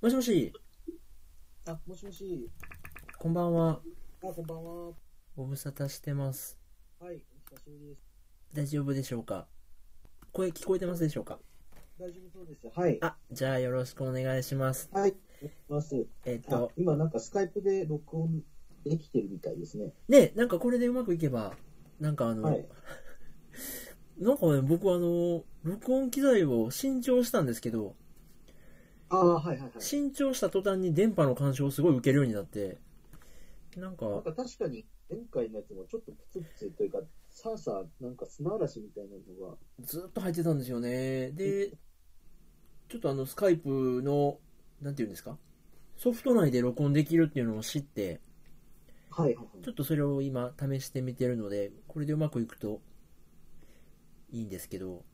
もしもし、あ、もしもし。こんばんは。あ、こんばんは。ご無沙汰してます。はい、お久しぶりです。大丈夫でしょうか声聞こえてますでしょうか大丈夫そうです。はい。あ、じゃあよろしくお願いします。はい。ます。えっあと、、今なんかスカイプで録音できてるみたいですね。ね、なんかこれでうまくいけば、なんかあの、はい なんかね、僕あの、録音機材を新調したんですけど、ああ、はいはいはい。新調した途端に電波の干渉をすごい受けるようになって、なんなんか、か確かに前回のやつもちょっとプツプツというか、サーサーなんか砂嵐みたいなのが。ずっと入ってたんですよねでちょっとあのスカイプのなんていうんですかソフト内で録音できるっていうのを知ってはいはいちょっとそれを今試してみてるのでこれでうまくいくといいんですけど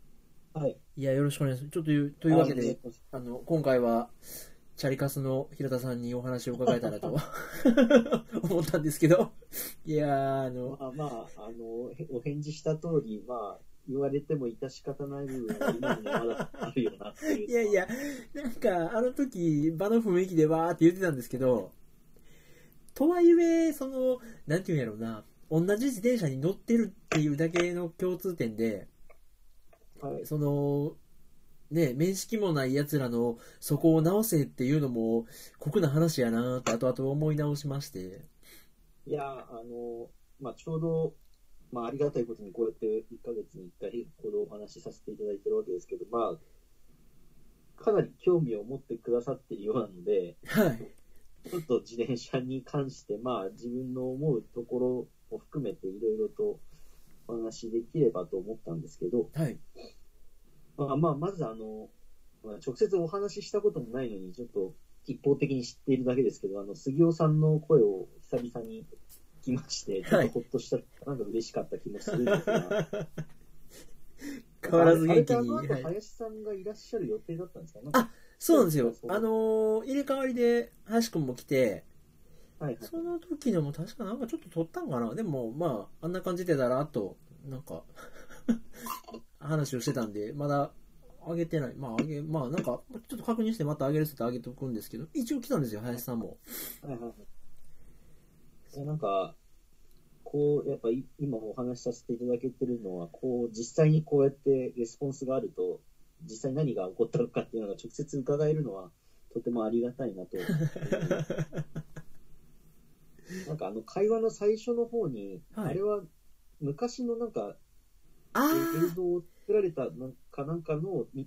はい。はい。いやよろしくお願いしますちょっというというわけあで。あの今回はチャリカスの平田さんにお話を伺えたらと思ったんですけどいやーあのまあまあ、あの、へお返事した通り、まあ、言われても致し方ない部分が今にもまだあるよなって いう。いやいや、なんか、あの時、場の雰囲気でわーって言ってたんですけど、とはいえ、その、なんていうんやろうな、同じ自転車に乗ってるっていうだけの共通点で、はい。その、ね、面識もない奴らのそこを直せっていうのも酷な話やなーって後々思い直しまして、いやー、あのー、まあ、ちょうど、まあ、ありがたいことに、こうやって1ヶ月に1回、このお話しさせていただいてるわけですけど、まあ、かなり興味を持ってくださってるようなので、はい。ちょっと自転車に関して、まあ、自分の思うところも含めて、いろいろとお話しできればと思ったんですけど、はい。まあ、まあ、まず、あの、まあ直接お話ししたこともないのに、ちょっと一方的に知っているだけですけど、あの、杉尾さんの声を久々に聞きまして、ちょっとほっとした、なんか嬉しかった気もするんですが、 変わらず元気あれに。あれってあのは後、い林さんがいらっしゃる予定だったんですかなんあかそうなんですよそ。うそうあのー入れ替わりで、林くんも来て、はいはい。その時のも確かなんかちょっと撮ったんかなでもまああんな感じでだらっとなんか 話をしてたんでまだ上げてないまあ上げまあなんかちょっと確認してまた上げる人って上げておくんですけど一応来たんですよ林さんもはいはいはいいや。なんか、こう、やっぱい今お話しさせていただけてるのは、こう、実際にこうやってレスポンスがあると、実際何が起こったのかっていうのが直接伺えるのは、とてもありがたいなと。 なんかあの会話の最初の方に、はいあれは昔のなんかあ映あ像を作られたなんかなんかのをみ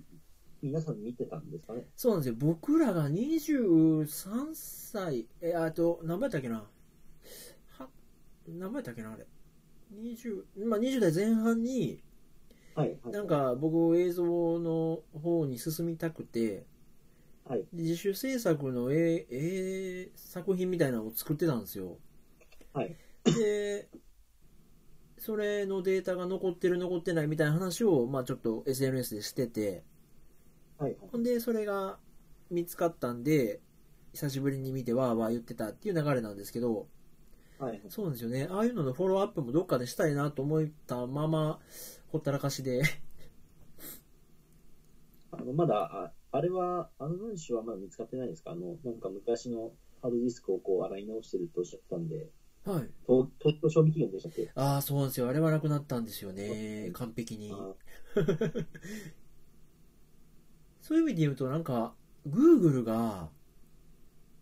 皆さん見てたんですかね。そうなんですよ僕らが23歳えあと何倍だっけなは何倍だっけなあれ20まあ20代前半にはい、はい。なん、か僕映像の方に進みたくてはい。で自主制作の絵絵作品みたいなのを作ってたんですよはい。でそれのデータが残ってる残ってないみたいな話を、まあ、ちょっと SNS でしててはい。ほんでそれが見つかったんで久しぶりに見てわーわー言ってたっていう流れなんですけどはい。そうなんですよねああいうののフォローアップもどっかでしたいなと思ったままほったらかしであの、まだ、ああれは、あの文章はまだ見つかってないですかあの、なんか昔のハードディスクをこう洗い直してるとおっしゃったんで、はいと東京賞味期限でしたっけああそうなんですよあれはなくなったんですよね完璧にあそういう意味で言うとなんか Google が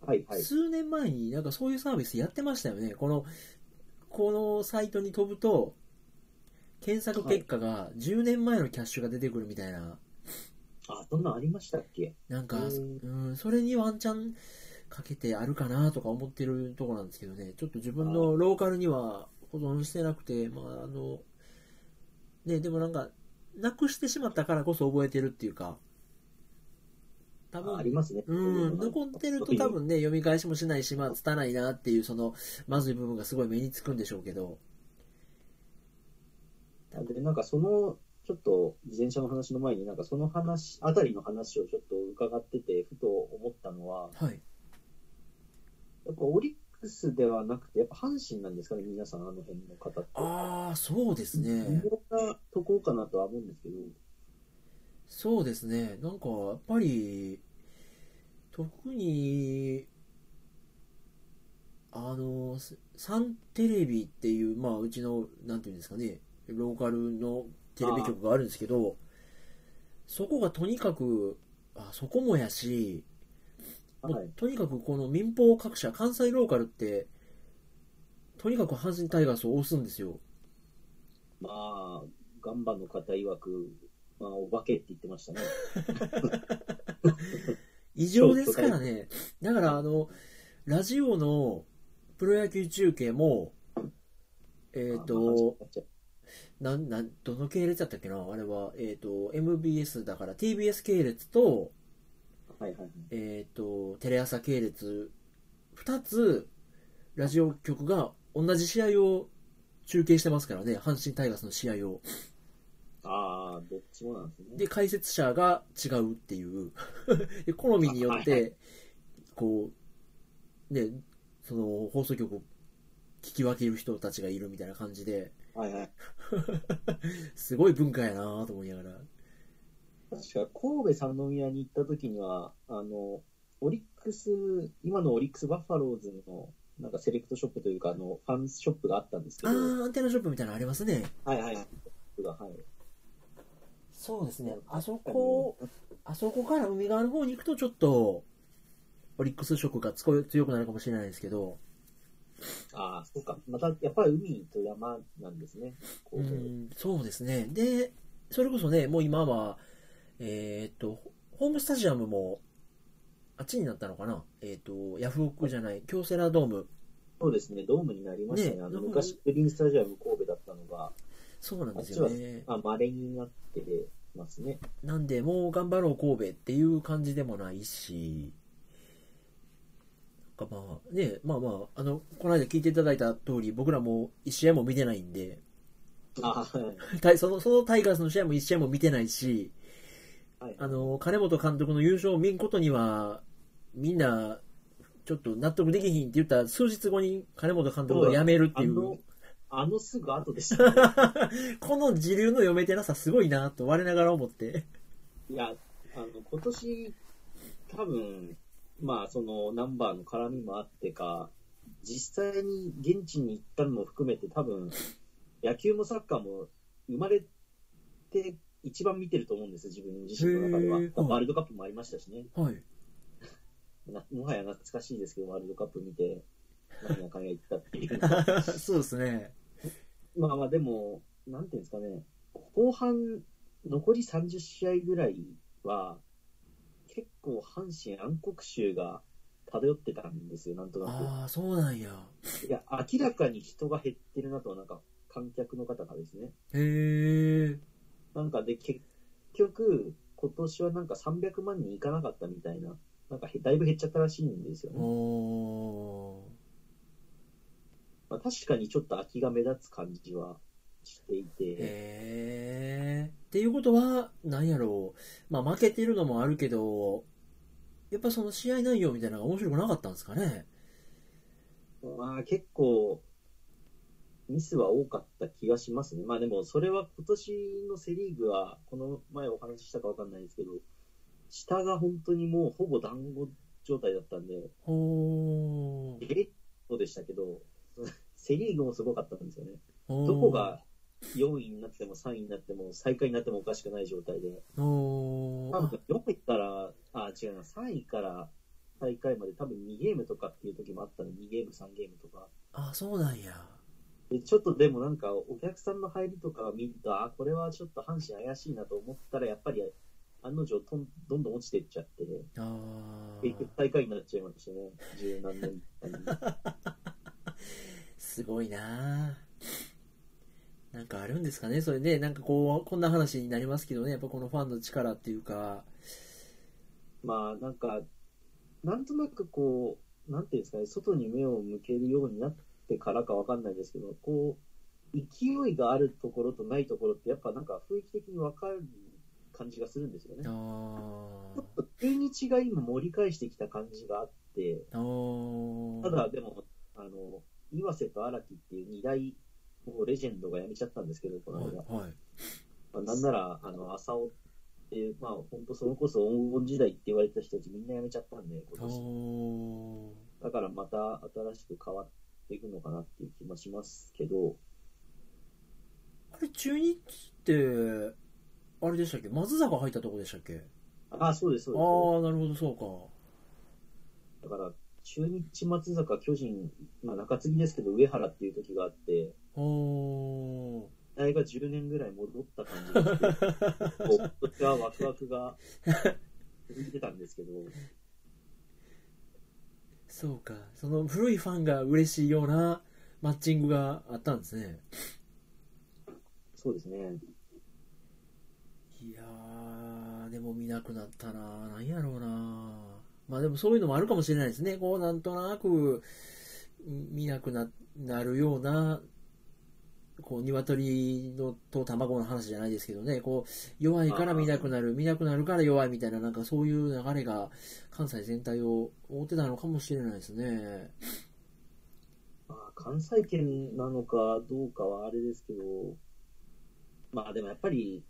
はいはい。数年前になんかそういうサービスやってましたよねこのこのサイトに飛ぶと検索結果が10年前のキャッシュが出てくるみたいなあ、そんなんありましたっけなんか、ううん、それにワンチャンかけてあるかなとか思ってるとこなんですけどねちょっと自分のローカルには保存してなくてまああのねでもなんかなくしてしまったからこそ覚えてるっていうか多あ分ありますね。うん、残ってると多。分ね、読み返しもしないし、まあ、つたないなっていう、その、まずい部分がすごい目につくんでしょうけど、で、なんかその、ちょっと自転車の話の前に、なんかその話、あたりの話をちょっと伺ってて、ふと思ったのは、はい。やっぱオリックスではなくて、やっぱ阪神なんですかね、皆さん、あの辺の方って。ああ、そうですね微。妙なとこかなとは思うんですけど、そうですね。なんか、やっぱり、特に、あの、ササンテレビっていう、まあ、うちの、なんていうんですかね、ローカルのテレビ局があるんですけど、そこがとにかく、あ、そこもやし、もはうい。とにかくこの民放各社、関西ローカルって、とにかく阪神タイガースを押すんですよ。まあ、ガンバの方曰く、まあ、お化けって言ってましたね。異常ですからね。だから、あの、ラジオのプロ野球中継も、えっ、と、なん、なん、どの系列だったっけなあれは、えっ、と、MBS だから TBS 系列と、はいはいはい。えっ、と、テレ朝系列、二つ、ラジオ局が同じ試合を中継してますからね、阪神タイガースの試合を。ああ、どっちもなんですね。で、解説者が違うっていう。 で好みによっあはいて、こう、ね、その放送局を聞き分ける人たちがいるみたいな感じで、はいはい。すごい文化やなぁと思いながら。確か、神戸三宮に行った時には、あの、オリックス、今のオリックスバッファローズの、なんかセレクトショップというか、あの、ファンショップがあったんですけあど、ー、アンテナショップみたいなのありますね。はいはい。はい。そうですね。あそこ、あそこから海側の方に行くとちょっと、オリックス色がつこ強くなるかもしれないですけど、ああ、そうか。また、やっぱり海と山なんですね。こううん、そうですね。で、それこそね、もう今は、えーっと、ホームスタジアムも、あっちになったのかなえーっと、ヤフオクじゃない、京セラドーム。そうですね、ドームになりましたね。ねあドーのム昔、グリーンスタジアム神戸だったのが、そうなんですよね。まあ、稀になってますね。なんで、もう頑張ろう神戸っていう感じでもないし、なんかまあ、ね、まあまあ、あの、この間聞いていただいた通り、僕らも一試合も見てないんで、ああ、はい。タイその、そのタイガースの試合も一試合も見てないし、はいあの、金本監督の優勝を見ることには、みんな、ちょっと納得できひんって言ったら、数日後に金本監督が辞めるってあいのう、、あのすぐ後で したね、この時流の読めてなさすごいなと我ながら思って。いや、あの、今年、多分、まあ、その、ナンバーの絡みもあってか、実際に現地に行ったのも含めて、多分、野球もサッカーも生まれて一番見てると思うんです、自分自身の中ではへー。ワールドカップもありましたしね。はい。なもはや懐かしいですけど、ワールドカップ見て、何やかんや行ったっていう。 そうですね。まあまあ、でも、なんていうんですかね、後半、残り30試合ぐらいは、結構阪神暗黒臭が漂ってたんですよ、なんとなああ、そうなんや。く。いや、明らかに人が減ってるなと、なんか、観客の方がですね。へえ。なんかで、結局、今年はなんか300万人いかなかったみたいな、なんかへだいぶ減っちゃったらしいんですよね。おまあ、確かにちょっと空きが目立つ感じはしていー。て、へえ。っていうことは、なんやろう。まあ負けてるのもあるけど、やっぱその試合内容みたいなのが面白くなかったんですかね。まあ結構、ミスは多かった気がしますね。まあでも、それは今年のセ・リーグは、この前お話ししたかわかんないですけど、下が本当にもうほぼ団子状態だったんで、ほーゲレットでしたけど、 セ・リーグもすごかったんですよね。ほーどこが4位になっても3位になっても最下位になってもおかしくない状態で、おー多あ分4位から、あ、違うな、3位から大会まで多分2ゲームとかっていう時もあったの、2ゲーム、3ゲームとか。あそうなんやでちょっとでもなんか、お客さんの入りとかを見ると、あ、これはちょっと阪神怪しいなと思ったら、やっぱり案の定とん、どんどん落ちていっちゃって、あ結局ー大会になっちゃいましたね、十何年 間に。すごいなあなんかあるんですかねそれねなんかこうこんな話になりますけどねやっぱこのファンの力っていうかまあ、なんか、なんとなくこう、なんていうんですかね、外に目を向けるようになってからかわかんないですけど、こう、勢いがあるところとないところって、やっぱなんか雰囲気的にわかる感じがするんですよあね。ちょーっと中日が今盛り返してきた感じがあって、あーただでも、あの、岩瀬と荒木っていう二大、もうレジェンドが辞めちゃったんですけど、このはい間。はいまあなんなら、あの、浅尾で、まあ、本当それこそ黄金時代って言われてた人たちみんな辞めちゃったんで、今年。おだからまた新しく変わっていくのかなっていう気もしますけど、あれ中日ってあれでしたっけ松坂入ったとこでしたっけああ、そうです、ああそうなるほどそうです。だから、中日、松坂、巨人、まあ中継ぎですけど、上原っていう時があって、かお大が10年ぐらい戻った感じ がして、こうこっちはワクワクが続いてたんですけど、そうかその古いファンが嬉しいようなマッチングがあったんですねそうですね。いやーでも見なくなったななんやろうなまあでもそういうのもあるかもしれないですねこうなんとなくうん見なくななるようなこう鶏のと卵の話じゃないですけどねこう弱いから見なくなる見なくなるから弱いみたいななんかそういう流れが関西全体を覆ってたのかもしれないですねまあ、関西圏なのかどうかはあれですけど、まあでもやっぱり、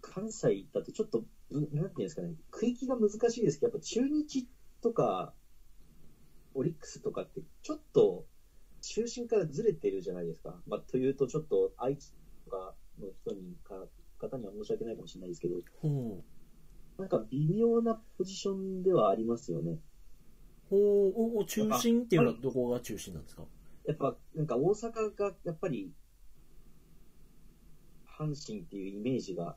関西だとちょっと、ぶなんていうんですかね、区域が難しいですけど、やっぱ中日とか、オリックスとかって、ちょっと中心からずれてるじゃないですか。まあ、というと、ちょっと愛知とかの人にか、方には申し訳ないかもしれないですけど、ほうなんか微妙なポジションではありますよね。ほうおお中心っていうのはどこが中心なんですかやっぱ、なんか大阪がやっぱり、阪神っていうイメージが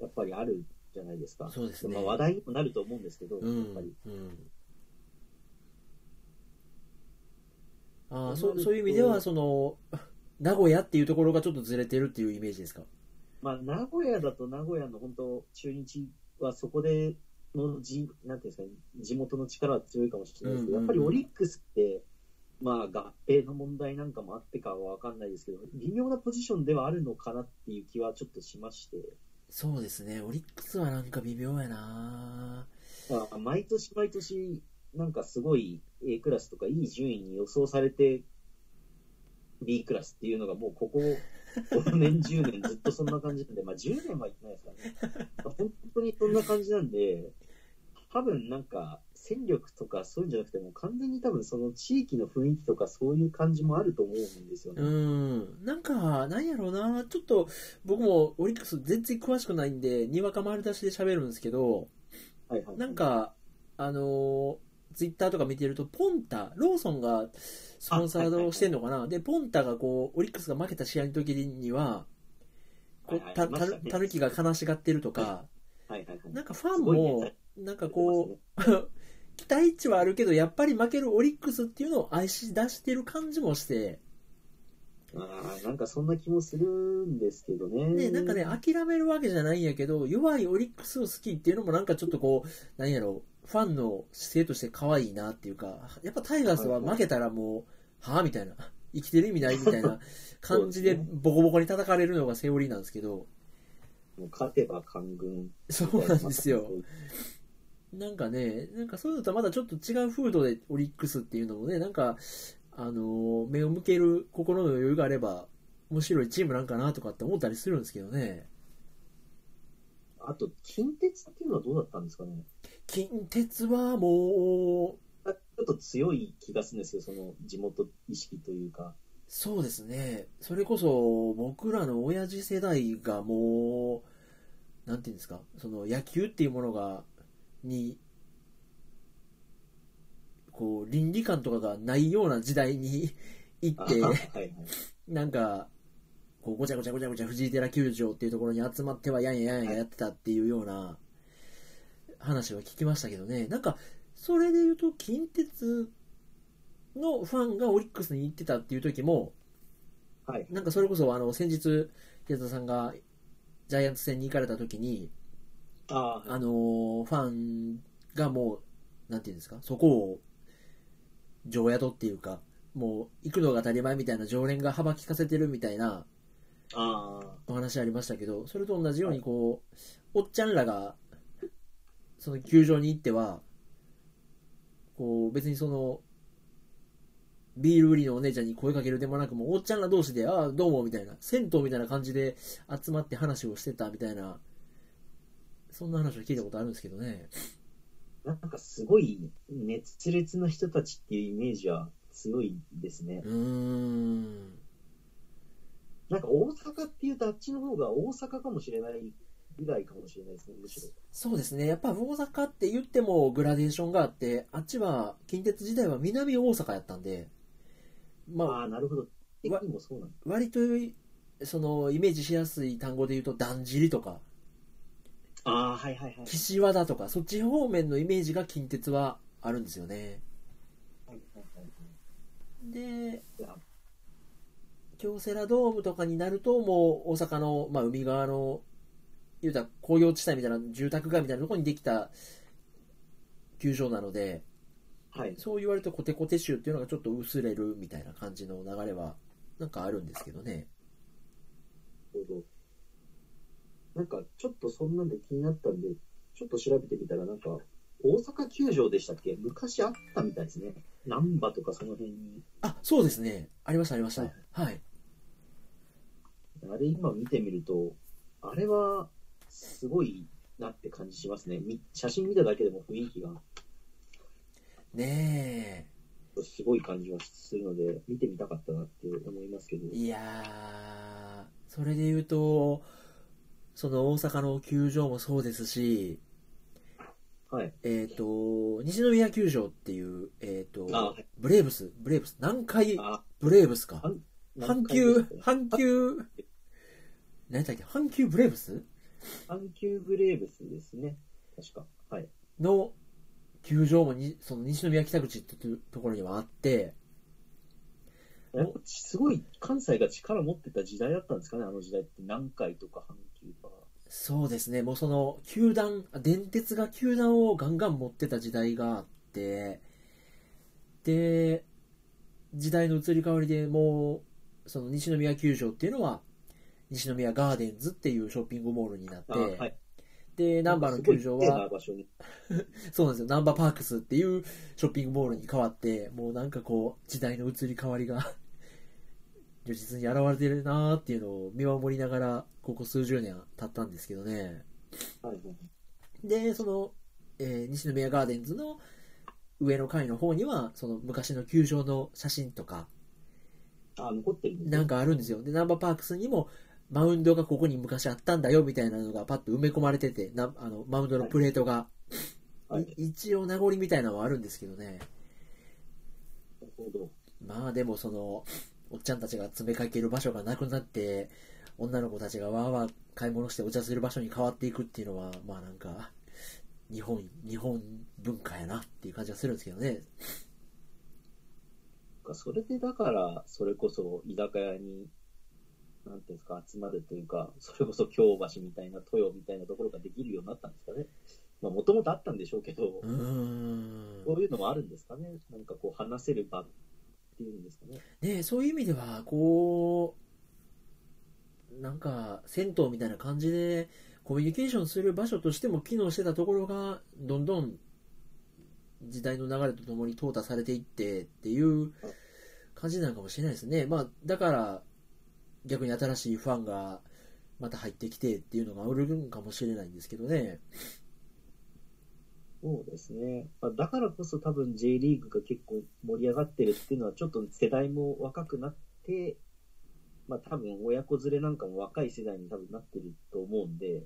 やっぱりあるじゃないですか。そうですねまあ、話題にもなると思うんですけど、うやっぱりん。うん、ああそとなるとうそういう意味ではその名古屋っていうところがちょっとずれてるっていうイメージですかまあ、名古屋だと名古屋の本当、中日はそこでのじ、なんていうんですかね、地元の力は強いかもしれないですけど、うんうんうんやっぱりオリックスって、まあ、合併の問題なんかもあってかはわかんないですけど、微妙なポジションではあるのかなっていう気はちょっとしまして、そうですねオリックスはなんか微妙やなまあ、毎年毎年、なんかすごい A クラスとかいい順位に予想されて、B クラスっていうのがもうここ5年、10年ずっとそんな感じなんで、まあ10年は言ってないですからね。まあ本当にそんな感じなんで、多分なんか戦力とかそういうんじゃなくてもう完全に多分その地域の雰囲気とかそういう感じもあると思うんですようね。んなんかなんやろうなちょっと僕もオリックス全然詳しくないんでにわか丸出しで喋るんですけどはいはい。なん、かあのツイッターとか見てるとポンタローソンがスポンサードをしてんのかな、でポンタがこうオリックスが負けた試合の時にはこうはいはいたいまたしたるねたぬきが悲しがってるとか、はいはいはい。なんかファンすごいねも、なんかこう、期待値はあるけど、やっぱり負けるオリックスっていうのを愛し出してる感じもして、あーなんかそんな気もするんですけどね。ね、なんかね、諦めるわけじゃないんやけど、弱いオリックスを好きっていうのも、なんかちょっとこう、なんやろ、ファンの姿勢として可愛いなっていうか、やっぱタイガースは負けたらもう、はぁみたいな、生きてる意味ないみた いな感じで、そうですボコボコに叩かれるのがセオリーなんですけど、もう勝てば官軍。そうなんですよ。なんかね、なんかそういうのとはまだちょっと違う風土でオリックスっていうのもね、なんか、あのー目を向ける心の余裕があれば、面白いチームなんかなとかって思ったりするんですけどね。あと、近鉄っていうのはどうだったんですかね。近鉄はもう、あちょっと強い気がするんですよ、その地元意識というか。そうですね、それこそ僕らの親父世代がもう、なんていうんですか、その野球っていうものが、に、こう、倫理観とかがないような時代に行あって、はいはい。なんか、こうごちゃごちゃごちゃごちゃ藤井寺球場っていうところに集まってはやんややんややってたっていうような話は聞きましたけどね。なんか、それで言うと、近鉄のファンがオリックスに行ってたっていう時も、はい。なんかそれこそ、あの、先日、平田さんがジャイアンツ戦に行かれた時に、あーあのーファンがもう、なんていうんですか、そこを、常宿っていうか、もう行くのが当たり前みたいな常連が幅利かせてるみたいなあー。お話ありましたけどそれと同じようにこう、おっちゃんらがその球場に行ってはこう別にそのビール売りのお姉ちゃんに声かけるでもなくもうおっちゃんら同士で「ああどうも」みたいな銭湯みたいな感じで集まって話をしてたみたいなそんな話は聞いたことあるんですけどね。なんかすごい熱烈な人たちっていうイメージは強いですね。うーん。なんか大阪っていうとあっちの方が大阪かもしれないぐらいかもしれないですね、むしろ。そうですね。やっぱ大阪って言ってもグラデーションがあって、あっちは近鉄時代は南大阪やったんで、まあああ、なるほど。的にもそうなんだ。割とそのイメージしやすい単語で言うとだんじりとかああ、はいはいはい。岸和田とかそっち方面のイメージが近鉄はあるんですよねはいはいはいはいでいや京セラドームとかになるともう大阪の、まあ、海側の言うたら工業地帯みたいな住宅街みたいなところにできた球場なのではい。そう言われるとコテコテ州っていうのがちょっと薄れるみたいな感じの流れはなんかあるんですけどねなるほど。なんか、ちょっとそんなんで気になったんで、ちょっと調べてみたら、なんか、大阪球場でしたっけ昔あったみたいですね。難波とかその辺に。あそうですねありましたありましたはいあれ今見てみると、あれは、すごいなって感じしますね。み写真見ただけでも雰囲気が、ねえすごい感じはするので、見てみたかったなって思いますけど。いやー、それで言うと、その大阪の球場もそうですし、はい。えっ、と、西宮球場っていう、えっ、あとはい、ブレーブス、ブレーブス、南海あ、ブレーブスかあ。阪なん急かいいで、すね阪急、何だっけ、阪急ブレーブス阪急ブレーブスですね。確か。はい。の球場もに、その西宮北口っていうところにはあって、やっぱすごい関西が力持ってた時代だったんですかね、あの時代って、南海とか阪急とか。そうですね、もうその、球団、あ電鉄が球団をガンガン持ってた時代があって、で、時代の移り変わりでもう、その西宮球場っていうのは、西宮ガーデンズっていうショッピングモールになって、あはい、で、ナンバーの球場なんかすごい綺麗な場所は、にそうなんですよ、ナンバーパークスっていうショッピングモールに変わって、もうなんかこう、時代の移り変わりが、 如実に現れてるなーっていうのを見守りながら、ここ数十年経ったんですけどね。はいはいはいでその、えー西宮ガーデンズの上の階の方にはその昔の球場の写真とかあ、残ってるんですねなんかあるんですよでナンバーパークスにもマウンドがここに昔あったんだよみたいなのがパッと埋め込まれててなあのマウンドのプレートが、はいい一応名残みたいなのはあるんですけどねなるほど。まあでもそのおっちゃんたちが詰めかける場所がなくなって女の子たちがわーわー買い物してお茶する場所に変わっていくっていうのはまあなんか日本日本文化やなっていう感じがするんですけどねなんかそれでだから、それこそ居酒屋に、なんていうんですか、集まるというか、それこそ京橋みたいな、豊みたいなところができるようになったんですかね。まあ、もともとあったんでしょうけどう、ーんこういうのもあるんですかね。なんかこう、話せる場っていうんですかね。ねえそういう意味ではこうなんか銭湯みたいな感じでコミュニケーションする場所としても機能してたところがどんどん時代の流れとともに淘汰されていってっていう感じなのかもしれないですね、まあ、だから逆に新しいファンがまた入ってきてっていうのがあるんかもしれないんですけどねそうですね、まあ、だからこそ多分 J リーグが結構盛り上がってるっていうのはちょっと世代も若くなって、まあ、多分親子連れなんかも若い世代に多分なってると思うんで、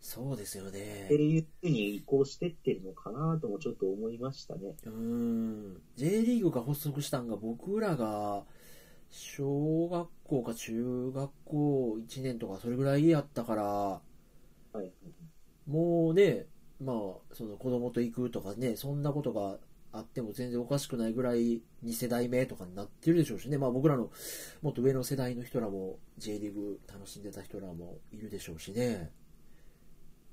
そうですよねっていうふうに移行してってるのかなともちょっと思いましたね。うーん J リーグが発足したんが僕らが小学校か中学校1年とかそれぐらいやったからはいはい、もうねまあその子供と行くとかねそんなことがあっても全然おかしくないぐらい2世代目とかになってるでしょうしねまあ僕らのもっと上の世代の人らも J リーグ楽しんでた人らもいるでしょうしね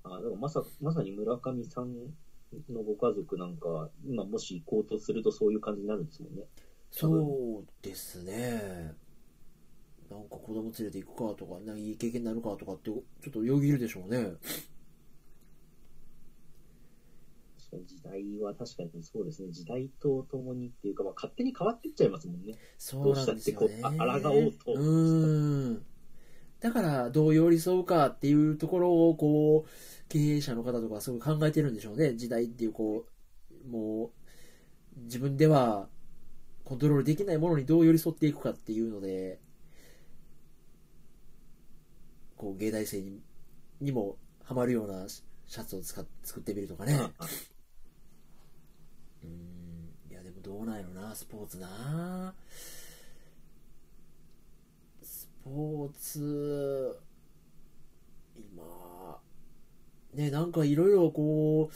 あでもまさまさに村上さんのご家族なんか、今もし行こうとするとそういう感じになるんですもんね。そうですね。なんか子供連れて行くかとか、なんかいい経験になるかとかって、ちょっとよぎるでしょうね。確かに時代は確かにそうですね、時代とともにっていうか、まあ、勝手に変わっていっちゃいますもんね。そうなんですよね。どうしたってこうあ抗おうとうーん。だから、どう寄り添うかっていうところを、こう、経営者の方とかすごい考えてるんでしょうね時代っていうこうもう自分ではコントロールできないものにどう寄り添っていくかっていうのでこう芸大生ににもハマるようなシャツを使っ作ってみるとかねうーんいやでもどうなんやろなスポーツなスポーツ今ねなんかいろいろこ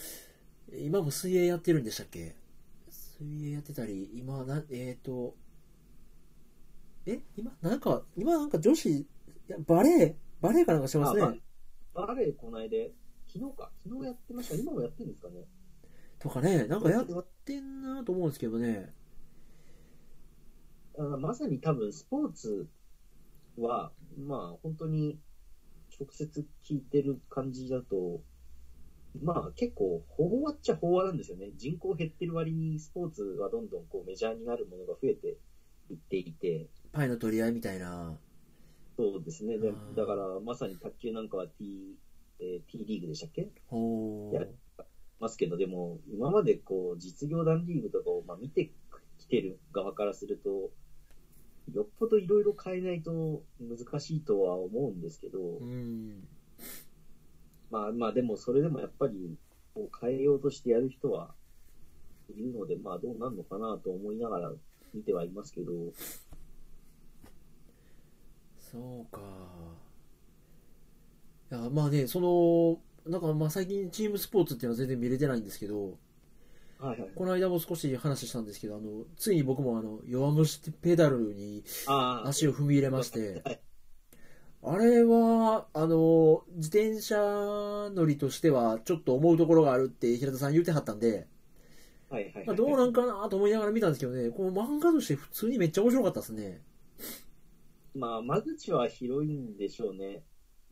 う今も水泳やってるんでしたっけ水泳やってたり今なえっ、とえ今なんか今なんか女子いやバレーバレーかなんかしてますねあバレーこないで、昨日か、昨日やってました、今もやってるんですかね。とかねなんかやってんなと思うんですけどねあまさに多分スポーツは、まあ本当に直接聞いてる感じだと、まあ結構飽和っちゃ飽和なんですよね。人口減ってる割にスポーツはどんどんこうメジャーになるものが増えていっていて、パイの取り合いみたいなそうですね。でうんだからまさに卓球なんかは T、えー T リーグでしたっけほやうりますけど、でも今までこう実業団リーグとかをまあ見てきてる側からすると、よっぽどいろいろ変えないと難しいとは思うんですけど、うんまあまあでもそれでもやっぱりこう変えようとしてやる人はいるので、まあどうなるのかなと思いながら見てはいますけど、そうかいやまあねそのなんかまあ最近チームスポーツっていうのは全然見れてないんですけどはいはい。この間も少し話したんですけどあのついに僕もあの弱虫ペダルにああ、足を踏み入れましてはいあれはあの自転車乗りとしてはちょっと思うところがあるって平田さん言ってはったんで、はいはいはい。まあ、どうなんかなと思いながら見たんですけどねこの漫画として普通にめっちゃ面白かったですねまあ間口は広いんでしょうね。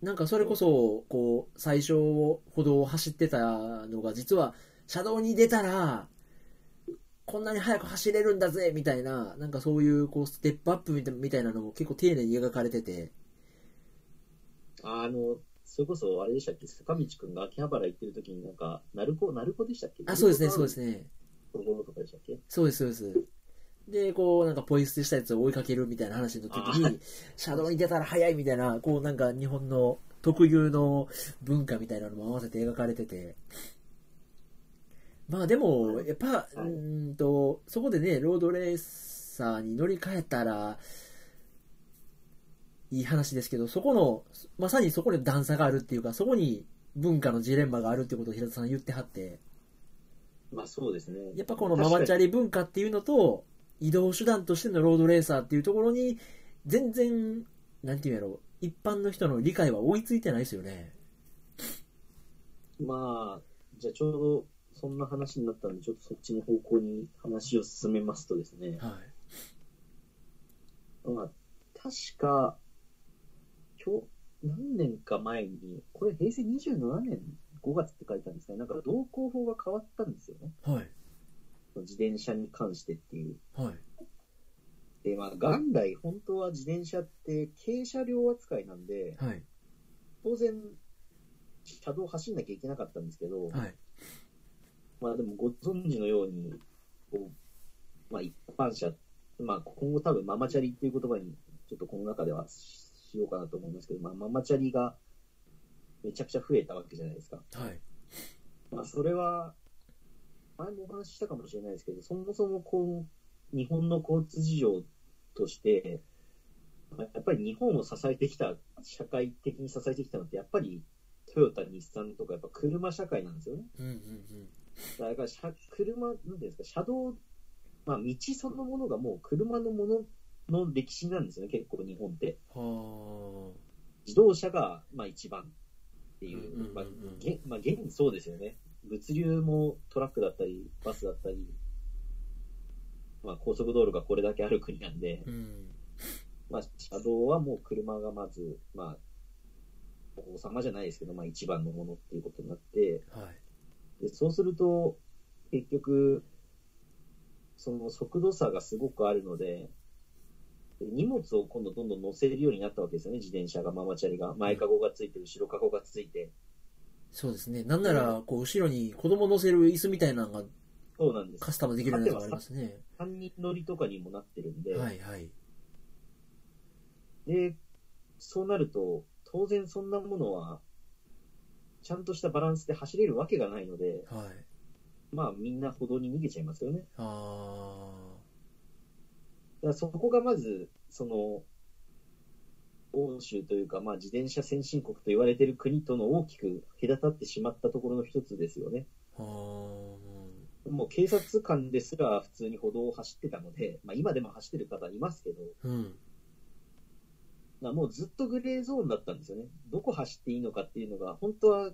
なんかそれこそ、こう、最初歩道を走ってたのが、実は、車道に出たら、こんなに速く走れるんだぜみたいな、なんかそういう、こう、ステップアップみたみたいなのも結構丁寧に描かれてて、ああの、それこそあれでしたっけ、坂道くんが秋葉原行ってる時になんか、鳴子、鳴子でしたっけあ、そうですね、そうですね。ね。ところとかでしたっけそうです、そうです。で、こう、なんかポイ捨てしたやつを追いかけるみたいな話の時あに、車道に出たら速いみたいな、こう、なんか日本の特有の文化みたいなのも合わせて描かれてて。まあでも、やっぱ、うーんと、そこでね、ロードレーサーに乗り換えたら、いい話ですけど、そこの、まさにそこで段差があるっていうか、そこに文化のジレンマがあるってことを平田さん言ってはって。まあそうですね。やっぱこのママチャリ文化っていうのと、移動手段としてのロードレーサーっていうところに、全然、なんていうんやろう、一般の人の理解は追いついてないですよね。まあ、じゃあちょうどそんな話になったんで、ちょっとそっちの方向に話を進めますとですね、はまあ、確か、今日、何年か前に、これ平成27年5月って書いたんですかね、なんか同行法が変わったんですよね。い。はい。自転車に関してっていう。はい。で、まあ、元来本当は自転車って軽車両扱いなんで、はい。当然、車道走んなきゃいけなかったんですけど、はい。まあでもご存知のように、こうまあ一般車、まあ今後多分ママチャリっていう言葉にちょっとこの中ではししようかなと思うんですけど、まあママチャリがめちゃくちゃ増えたわけじゃないですか。はい。まあそれは、前もお話ししたかもしれないですけど、そもそもこう、日本の交通事情として、まあやっぱり日本を支えてきた、社会的に支えてきたのって、やっぱりトヨタ、日産とか、やっぱ車社会なんですよね。うんうんうん。だから車、車、なんていうんですか、車道、まあ、道そのものがもう車のものの歴史なんですよね、結構日本って。は自動車が、まあ、一番っていうんうんうんうう、んまあ、げまあ、現にそうですよね。物流もトラックだったり、バスだったり、まあ、高速道路がこれだけある国なんであ。、うん。まあ、車道はもう車がまず、まあ、王様じゃないですけど、まあ、一番のものっていうことになって、はい。で、そうすると、結局、その速度差がすごくあるので、で荷物を今度どんどん乗せるようになったわけですよね、自転車が、ママチャリが。前かごがついて、後ろかごがついて。そうですね。なんなら、こう、後ろに子供乗せる椅子みたいなのがそうなんですカ。スタムできるようなやつがありますね。 3人乗りとかにもなってるんで、はいはい。で、そうなると、当然そんなものは、ちゃんとしたバランスで走れるわけがないので、はい。まあみんな歩道に逃げちゃいますよね。あだからそこがまず、その、欧州というか、まあ自転車先進国と言われている国との大きく隔たってしまったところの一つですよね。ーあー。うんもう警察官ですら普通に歩道を走ってたので、まあ今でも走ってる方いますけど、うん。まあもうずっとグレーゾーンだったんですよね。どこ走っていいのかっていうのが、本当は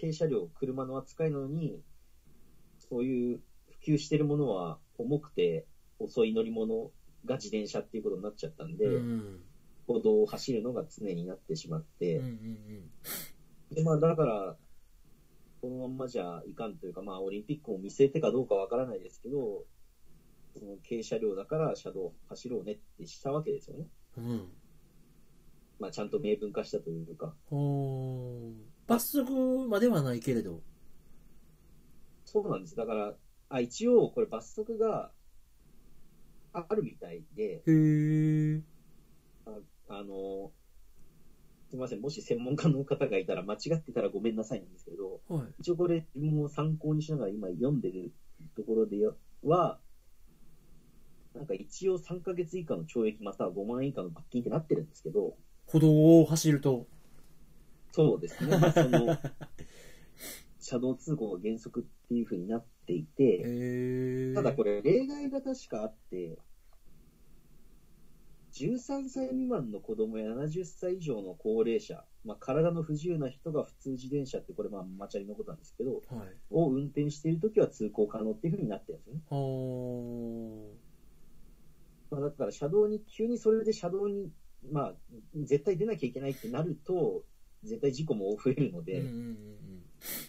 軽車両、車の扱いなのに、そういう普及してるものは重くて遅い乗り物が自転車っていうことになっちゃったんで、うん。うん歩道を走るのが常になってしまっうて、んでまあ、だから、このまんまじゃいかんというか、まあ、オリンピックを見据えてかどうかわからないですけど、その軽車両だから車道を走ろうねってしたわけですよね。うん。うん。まあ、ちゃんと明文化したというか、おー罰則まではないけれど。そうなんです。だから、あ一応、これ罰則があるみたいで、へえ。あの、すみません、もし専門家の方がいたら、間違ってたらごめんなさいなんですけど、はい。一応これ、自分も参考にしながら今読んでるところでは、なんか一応3ヶ月以下の懲役または5万円以下の罰金ってなってるんですけど、歩道を走ると。そうですね、まあその、車道通行の原則っていうふうになっていて、へえ。ただこれ。れ、例外が確かあって、13歳未満の子供や70歳以上の高齢者、まあ、体の不自由な人が普通自転車って、これ、まあ、マチャリのことなんですけど、はい。を運転しているときは通行可能っていうふうになってるんですよね。あーまあ、だから車道に、急にそれで車道に、まあ、絶対出なきゃいけないってなると、絶対事故も増えるのうんで、うんうん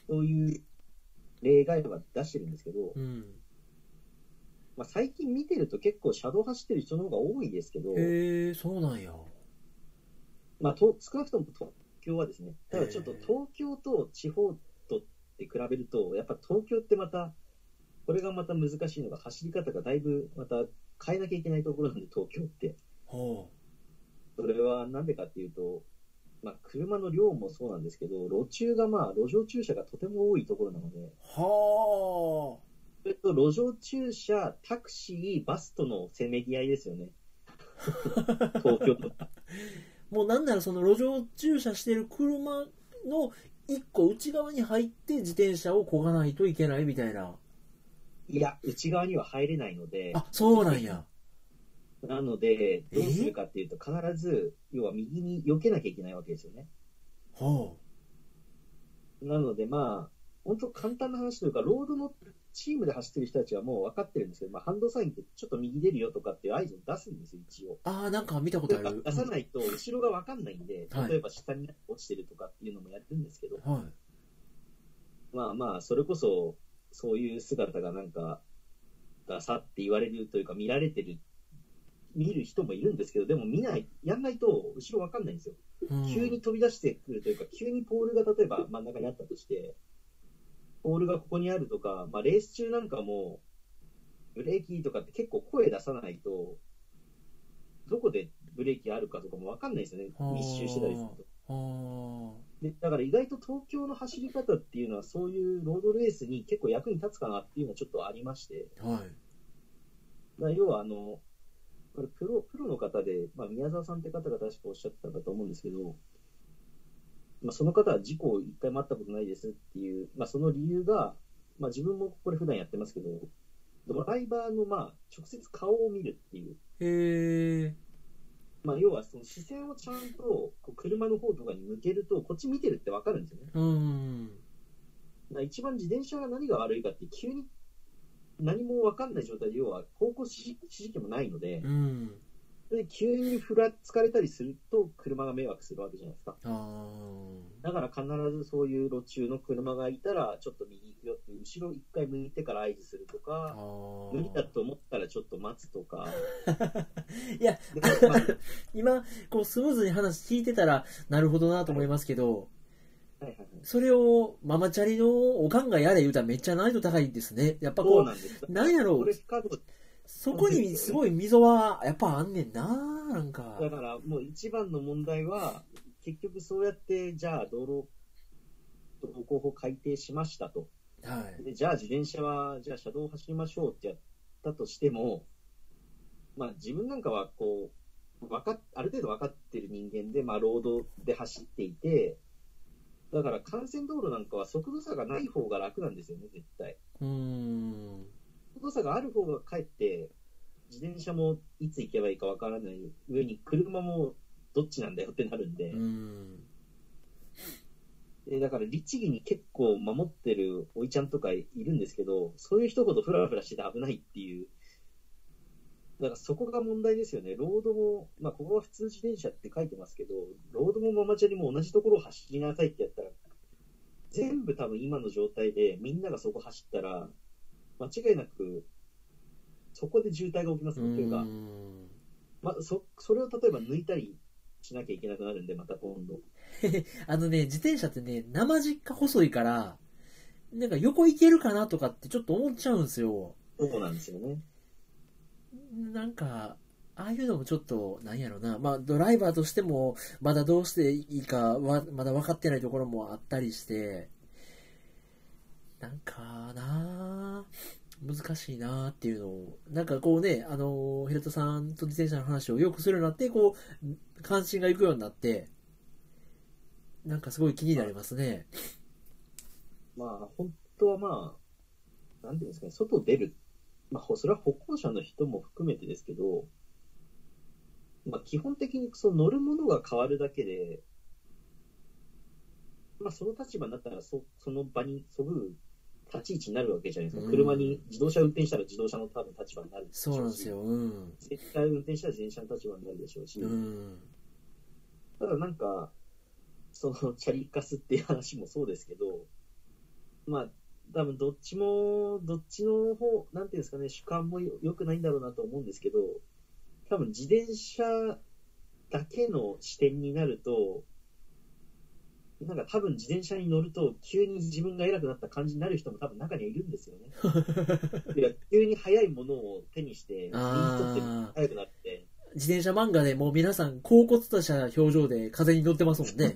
そういう例外は出してるんですけど、うん。うん。まあ、最近見てると結構車道走ってる人の方が多いですけど、へえ、そうなんや。まあ、と少なくとも東京はですね、ただちょっとへえ東京と地方とって比べると、やっぱ東京ってまた、これがまた難しいのが、走り方がだいぶまた変えなきゃいけないところなんで、東京って。はそれはなんでかっていうと、まあ、車の量もそうなんですけど、路中がまあ、路上駐車がとても多いところなので、あ。はそれと路上駐車、タクシー、バスとのせめぎ合いですよね。東京の。あ。もうなんならその路上駐車してる車の一個内側に入って自転車をこがないといけないみたいな。いや、内側には入れないので、あ、そうなんや。なので、どうするかっていうと、必ず、要は右に避けなきゃいけないわけですよね。はなので、まあ、本当簡単な話というか、ロードのチームで走ってる人たちはもう分かってるんですけど、まあ、ハンドサインってちょっと右出るよとかっていう合図を出すんですよ、一応。あ。ああ、なんか見たことある。出さないと後ろが分かんないんで、はい例えば下に落ちてるとかっていうのもやってるんですけど、はい。まあまあ、それこそ、そういう姿がなんか、ダサって言われるというか、見られてる、見る人もいるんですけど、でも見ない、やんないと後ろ分かんないんですよ。うん急に飛び出してくるというか、急にポールが例えば真ん中にあったとして、ポールがここにあるとか、まあ、レース中なんかも、ブレーキとかって結構声出さないと、どこでブレーキあるかとかも分かんないですよねあー、密集してたりすると。はでだから意外と東京の走り方っていうのは、そういうロードレースに結構役に立つかなっていうのはちょっとありまして、あ。はい。まあ要はあの、これプロ、プロの方で、まあ、宮沢さんって方が確かおっしゃってたかと思うんですけど、まあ、その方は事故を一回もあったことないですっていう、まあ、その理由が、まあ、自分もこれ普段やってますけど、ドライバーの、まあ、直接顔を見るっていう、へえ。まあ、要はその視線をちゃんとこう車の方とかに向けると、こっち見てるってわかるんですよね。うん。だから一番自転車が何が悪いかって、急に何もわかんない状態で、要は方向指示器もないので、うん。で急にふらつかれたりすると車が迷惑するわけじゃないですかああ。だから必ずそういう路中の車がいたらちょっと右行くよって後ろ一回向いてから合図するとあかあ。無理だと思ったらちょっと待つとか いやでもまあ今、こう、スムーズに話聞いてたら、なるほどなと思いますけど、はい はいはい。それをママチャリのおかんがやれ言うたらめっちゃ難易度高いんですね。やっぱそうこなんですう、なんやろこれう、不可能そこにすごい溝はやっぱあんねんな、なんか。だからもう一番の問題は、結局そうやって、じゃあ道路、道路交法改定しましたと。はい。でじゃあ自転車は、じゃあ車道を走りましょうってやったとしても、まあ自分なんかはこう、わかっある程度分かってる人間で、まあロードで走っていて、だから幹線道路なんかは速度差がない方が楽なんですよね、絶対。うーん。速度差がある方がかえって、自転車もいつ行けばいいかわからない上に車もどっちなんだよってなるんでう、ん。でだから律儀に結構守ってるおいちゃんとかいるんですけど、そういう一言フラフラしてて危ないっていう。だからそこが問題ですよね。ロードも、まあここは普通自転車って書いてますけど、ロードもママチャリも同じところを走りなさいってやったら、全部多分今の状態でみんながそこ走ったら、間違いなく、そこで渋滞が起きますうよというか、ん。まあそ、それを例えば抜いたりしなきゃいけなくなるんで、また今度。あのね、自転車ってね、生実家細いから、なんか横行けるかなとかってちょっと思っちゃうんですよ。そうなんですよね。なんか、ああいうのもちょっと、なんやろな、まあ、ドライバーとしても、まだどうしていいかは、まだ分かってないところもあったりして、なんかなあ難しいなあっていうのを、なんかこうね、あの、平田さんと自転車の話をよくするようになって、こう、関心がいくようになって、なんかすごい気になりますね。まあ、本当はまあ、なんていうんですかね、外出る、まあ、ほそれは歩行者の人も含めてですけど、まあ、基本的にその乗るものが変わるだけで、まあ、その立場になったらそ、その場にそぐ立ち位置になるわけじゃないですうんか。車に自動車運転したら自動車の多分立場になるでしょそうなんですし。よ、うん。絶対運転したら自転車の立場になるでしょうし、うん。ただなんか、その チャリカスっていう話もそうですけど、まあ、多分どっちも、どっちの方、なんていうんですかね、主観もよ良くないんだろうなと思うんですけど、多分自転車だけの視点になると、なんか多分自転車に乗ると、急に自分が偉くなった感じになる人も多分中にはいるんですよね。いや急に速いものを手にして、身に取ってああ、速くなって、自転車漫画でもう皆さん、高骨とした表情で風に乗ってますもんね。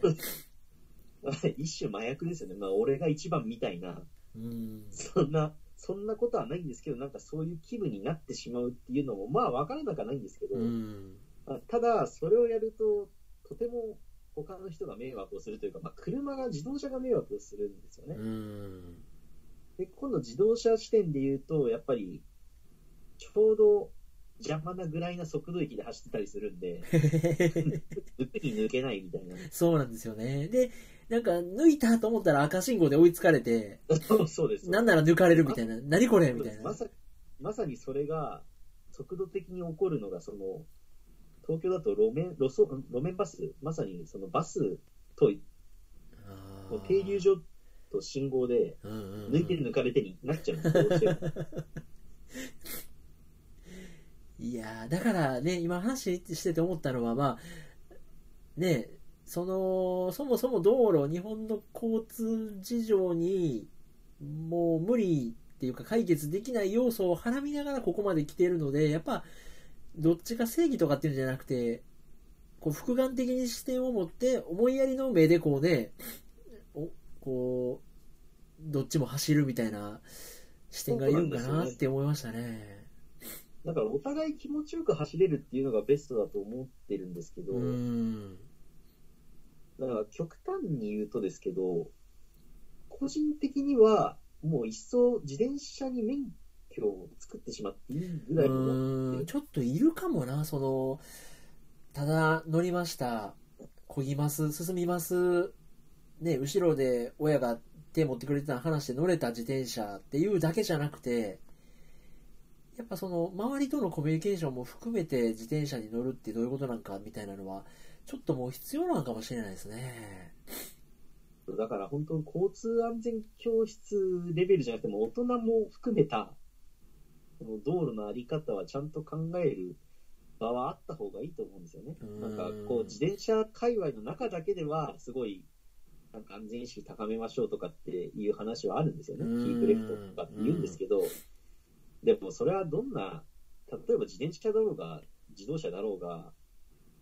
一種麻薬ですよね。まあ、俺が一番みたいな、うんそんな、そんなことはないんですけど、なんかそういう気分になってしまうっていうのも、まあ、わからなくはないんですけど、うんまあただ、それをやると、とても他の人が迷惑をするというか、まあ、車が、自動車が迷惑をするんですよね。うん で、今度自動車視点で言うと、やっぱり、ちょうど邪魔なぐらいな速度域で走ってたりするん で、抜に抜けないみたいな。 そうなんですよね。で、なんか抜いたと思ったら赤信号で追いつかれて、そうそうです。なんなら抜かれるみたいな、何これみたいなま。さまさにそれが、速度的に起こるのが、その、東京だと路面、路走路面バス、まさにそのバスと、あー停留所と信号で、うんうんうん抜いて抜かれてになっ ちゃうんですよどうしてもいやーだからね、今話してて思ったのは、まあ、ね、その、そもそも道路、日本の交通事情に、もう無理っていうか解決できない要素をはらみながらここまで来ているので、やっぱ、どっちが正義とかっていうんじゃなくて、こう、複眼的に視点を持って、思いやりの目でこうね、おこう、どっちも走るみたいな視点がいるんかなって思いましたね。だからお互い気持ちよく走れるっていうのがベストだと思ってるんですけど、うん。だから極端に言うとですけど、個人的には、もう一層自転車に免許を作ってしまっていいぐらいのうーんちょっといるかもな、その、ただ乗りました、こぎます、進みます、ね、後ろで親が手持ってくれてた話して乗れた自転車っていうだけじゃなくて、やっぱその、周りとのコミュニケーションも含めて自転車に乗るってどういうことなんかみたいなのは、ちょっともう必要なのかもしれないですね。だから本当、交通安全教室レベルじゃなくても、大人も含めた、この道路のあり方はちゃんと考える場はあった方がいいと思うんですよねうー。んなんか、こう、自転車界隈の中だけでは、すごいなんか安全意識高めましょうとかっていう話はあるんですよね、うんキープレフトとかって言うんですけど、でもそれはどんな、例えば自転車だろうが、自動車だろうが、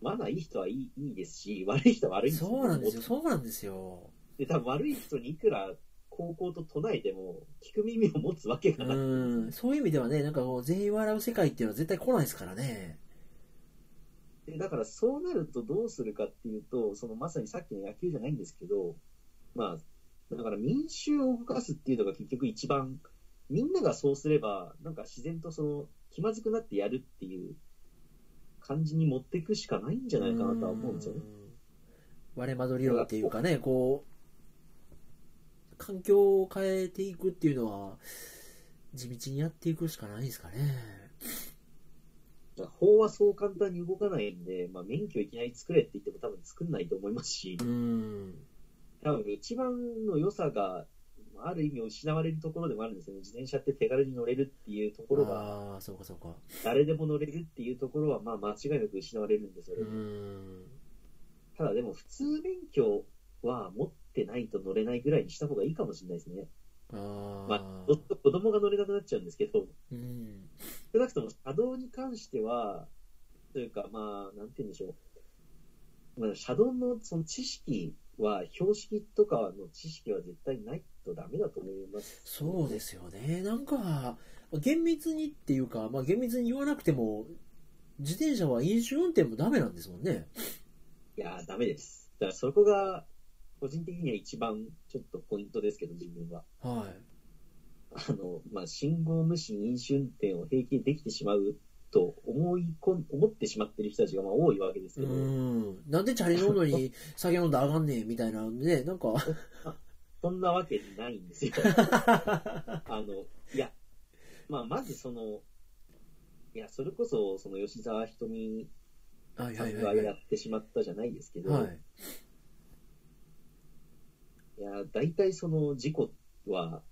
マナーいい人はいいいいですし、悪い人は悪いんですよそうなんですよ、そうなんですよ。で、多分悪い人にいくら高校と唱えても、聞く耳を持つわけうがない。ん、そういう意味ではね、なんかこう、全員笑う世界っていうのは絶対来ないですからね。でだからそうなるとどうするかっていうと、そのまさにさっきの野球じゃないんですけど、まあ、だから民衆を動かすっていうのが結局一番、みんながそうすれば、なんか自然とその気まずくなってやるっていう感じに持っていくしかないんじゃないかなとは思うんですよね。うん割れ間取り論っていうかね、こう、環境を変えていくっていうのは、地道にやっていくしかないですかね。だから法はそう簡単に動かないんで、まあ、免許いきなり作れって言っても多分作んないと思いますし。うん。多分一番の良さが、ある意味失われるところでもあるんですよね。自転車って手軽に乗れるっていうところが、ああ、そうかそうか。誰でも乗れるっていうところは、まあ間違いなく失われるんですようね。ん。ただでも普通免許は持ってないと乗れないぐらいにした方がいいかもしれないですね。ああ。まあ、ちょっと子供が乗れなくなっちゃうんですけど、うん。少なくとも車道に関しては、というかまあ、なんて言うんでしょう。まあ、車道のその知識は、標識とかの知識は絶対ないとダメだと思います。そうですよね。なんか、厳密にっていうか、まあ厳密に言わなくても、自転車は飲酒運転もダメなんですもんね。いやー、ダメです。だからそこが、個人的には一番ちょっとポイントですけど、自分は。はい。あの、まあ、信号無視、飲酒運転を平気でできてしまうと思いこん、思ってしまってる人たちがまあ多いわけですけうど、ん。なんでチャリ乗るのに酒飲んだらあかんねんみたいなね、なん か、そんなわけないん ですよ。あの、いや、まあ、まずその、いや、それこそ、その吉沢ひとみはいさはいんはがい、はやい。ってしまったじゃないですけど、はい。いや、大体その事故は、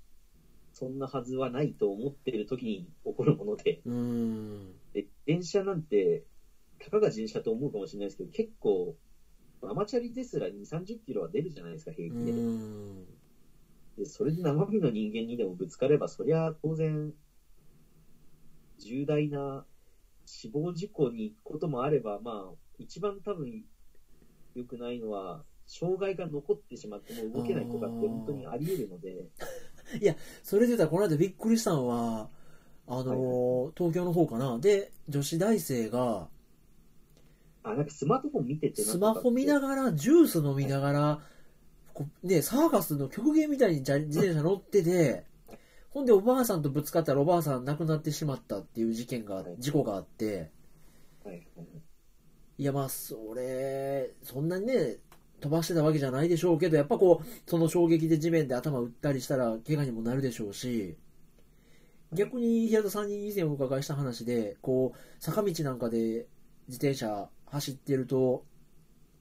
そんなはずはないと思ってる時に起こるもので、うん。で電車なんて、たかが自転車と思うかもしれないですけど、結構、アマチャリですら2、30キロは出るじゃないですか、う平均で。ん。で、それで生身の人間にでもぶつかれば、そりゃ当然、重大な死亡事故に行くこともあれば、まあ、一番多分良くないのは、障害が残ってしまって、もう動けないとかって本当にあり得るので、それで言ったら、この間びっくりしたのは、あのーはい東京の方かな。で、女子大生が、あ、なんかスマートフォン見ててなんスとかマってホ見ながら、ジュース飲みながら、こうね、サーカスの極限みたいにじゃ自転車乗ってて、ほんでおばあさんとぶつかったらおばあさん亡くなってしまったっていう事件が、事故があって、はいはいいやまあそれ、そんなにね、飛ばしてたわけじゃないでしょうけど、やっぱこう、その衝撃で地面で頭打ったりしたら怪我にもなるでしょうし、逆に平田さんに以前お伺いした話で、こう、坂道なんかで自転車走ってると、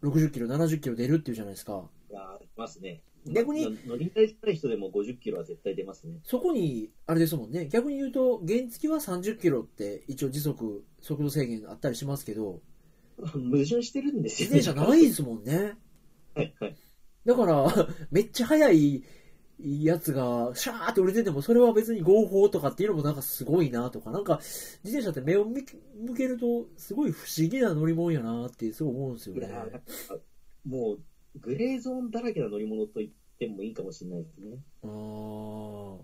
60キロ、70キロ出るっていうじゃないですか。いやー出ますね。逆にまあ乗り慣れてない人でも50キロは絶対出ますね。 そこに、あれですもんね、逆に言うと、原付は30キロって一応時速、速度制限あったりしますけど、矛盾してるんです自よね。転車ないですもんね。はいはい。だから、 めっちゃ速いやつが、シャーって売れてても、それは別に合法とかっていうのもなんかすごいなとか、なんか、自転車って目を向け向けると、すごい不思議な乗り物やなってすごい思うんですよいやねー。なんかもう、グレーゾーンだらけな乗り物と言ってもいいかもしれないですね。あー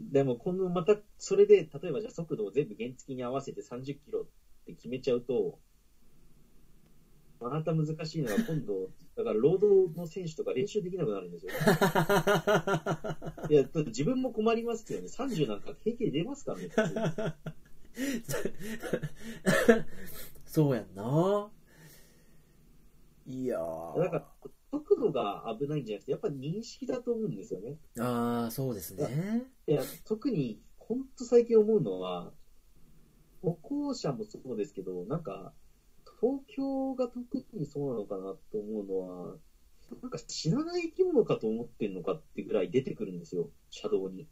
でも、今度また、それで、例えばじゃあ速度を全部原付に合わせて30キロって決めちゃうと、また難しいのは今度、だから労働の選手とか練習できなくなるんですよ。いや、だって自分も困りますよね。30なんか平気で出ますからね普通。 そうやんな。いやーだから、速度が危ないんじゃなくて、やっぱり認識だと思うんですよね。ああ、そうですね。いや、特に、ほんと最近思うのは、歩行者もそうですけど、なんか、東京が特にそうなのかなと思うのは、なんか知らない生き物かと思ってんのかってぐらい出てくるんですよ、車道に。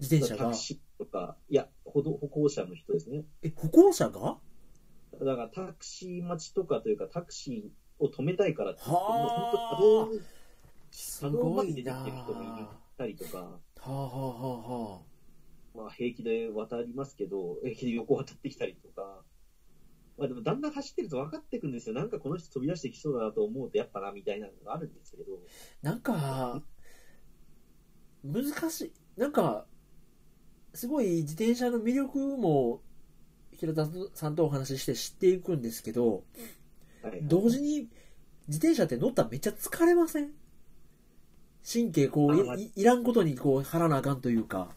自転車タがク。シーとか、いや、歩道歩行者の人ですね。え、歩行者がだからタクシー待ちとかというか、タクシを止めたいからって、もう本当は波動あにす波動ごまで出いてなきてる人もいはたりとか、あはあはあはあまあ、平気で渡りますけど、平気で横渡ってきたりとか、まあ、でもだんだん走ってると分かってくんですよ、なんかこの人飛び出してきそうだなと思うと、やっぱなみたいなのがあるんですけど、なんか難しいなんかすごい自転車の魅力も平田さんとお話しして知っていくんですけどはい同時に自転車って乗ったらめっちゃ疲れません神経こあまあういいいらんことにこう張らなあかんというか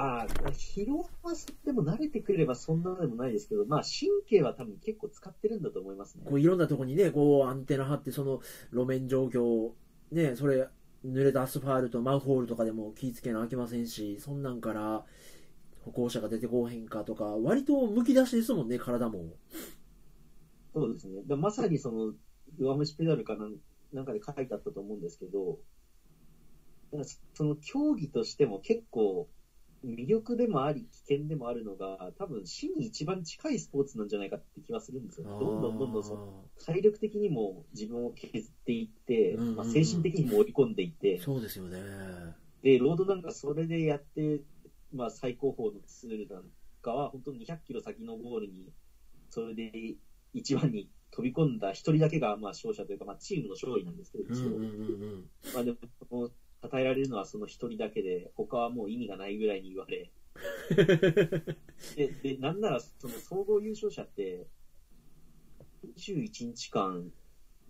ああ、疲労はでも慣れてくればそんなでもないですけど、まあ、神経は多分結構使ってるんだと思いますね。こういろんなとこにねこうアンテナ張ってその路面状況ねそれ濡れたアスファルトマンホールとかでも気ぃつけなあきませんしそんなんから歩行者が出てこうへんかとか割とむき出しですもんね体もそうですね。だまさにその、弱虫ペダルかなんなんかで書いてあったと思うんですけど、だからそその競技としても結構、魅力でもあり、危険でもあるのが、多分死に一番近いスポーツなんじゃないかって気はするんですよ。どんどんどんどんそのあ体力的にも自分を削っていって、うんうんうんまあ、精神的にも追い込んでいってー、そうですよねで、ロードなんかそれでやって、まあ、最高峰のツールなんかは、本当に200キロ先のゴールに、それで一番に飛び込んだ一人だけが、まあ、勝者というか、まあ、チームの勝利なんですけど、うんうんうんまあ、でも、この与えられるのはその一人だけで、他はもう意味がないぐらいに言わ れ、で、でなんなら、その総合優勝者って、21日間、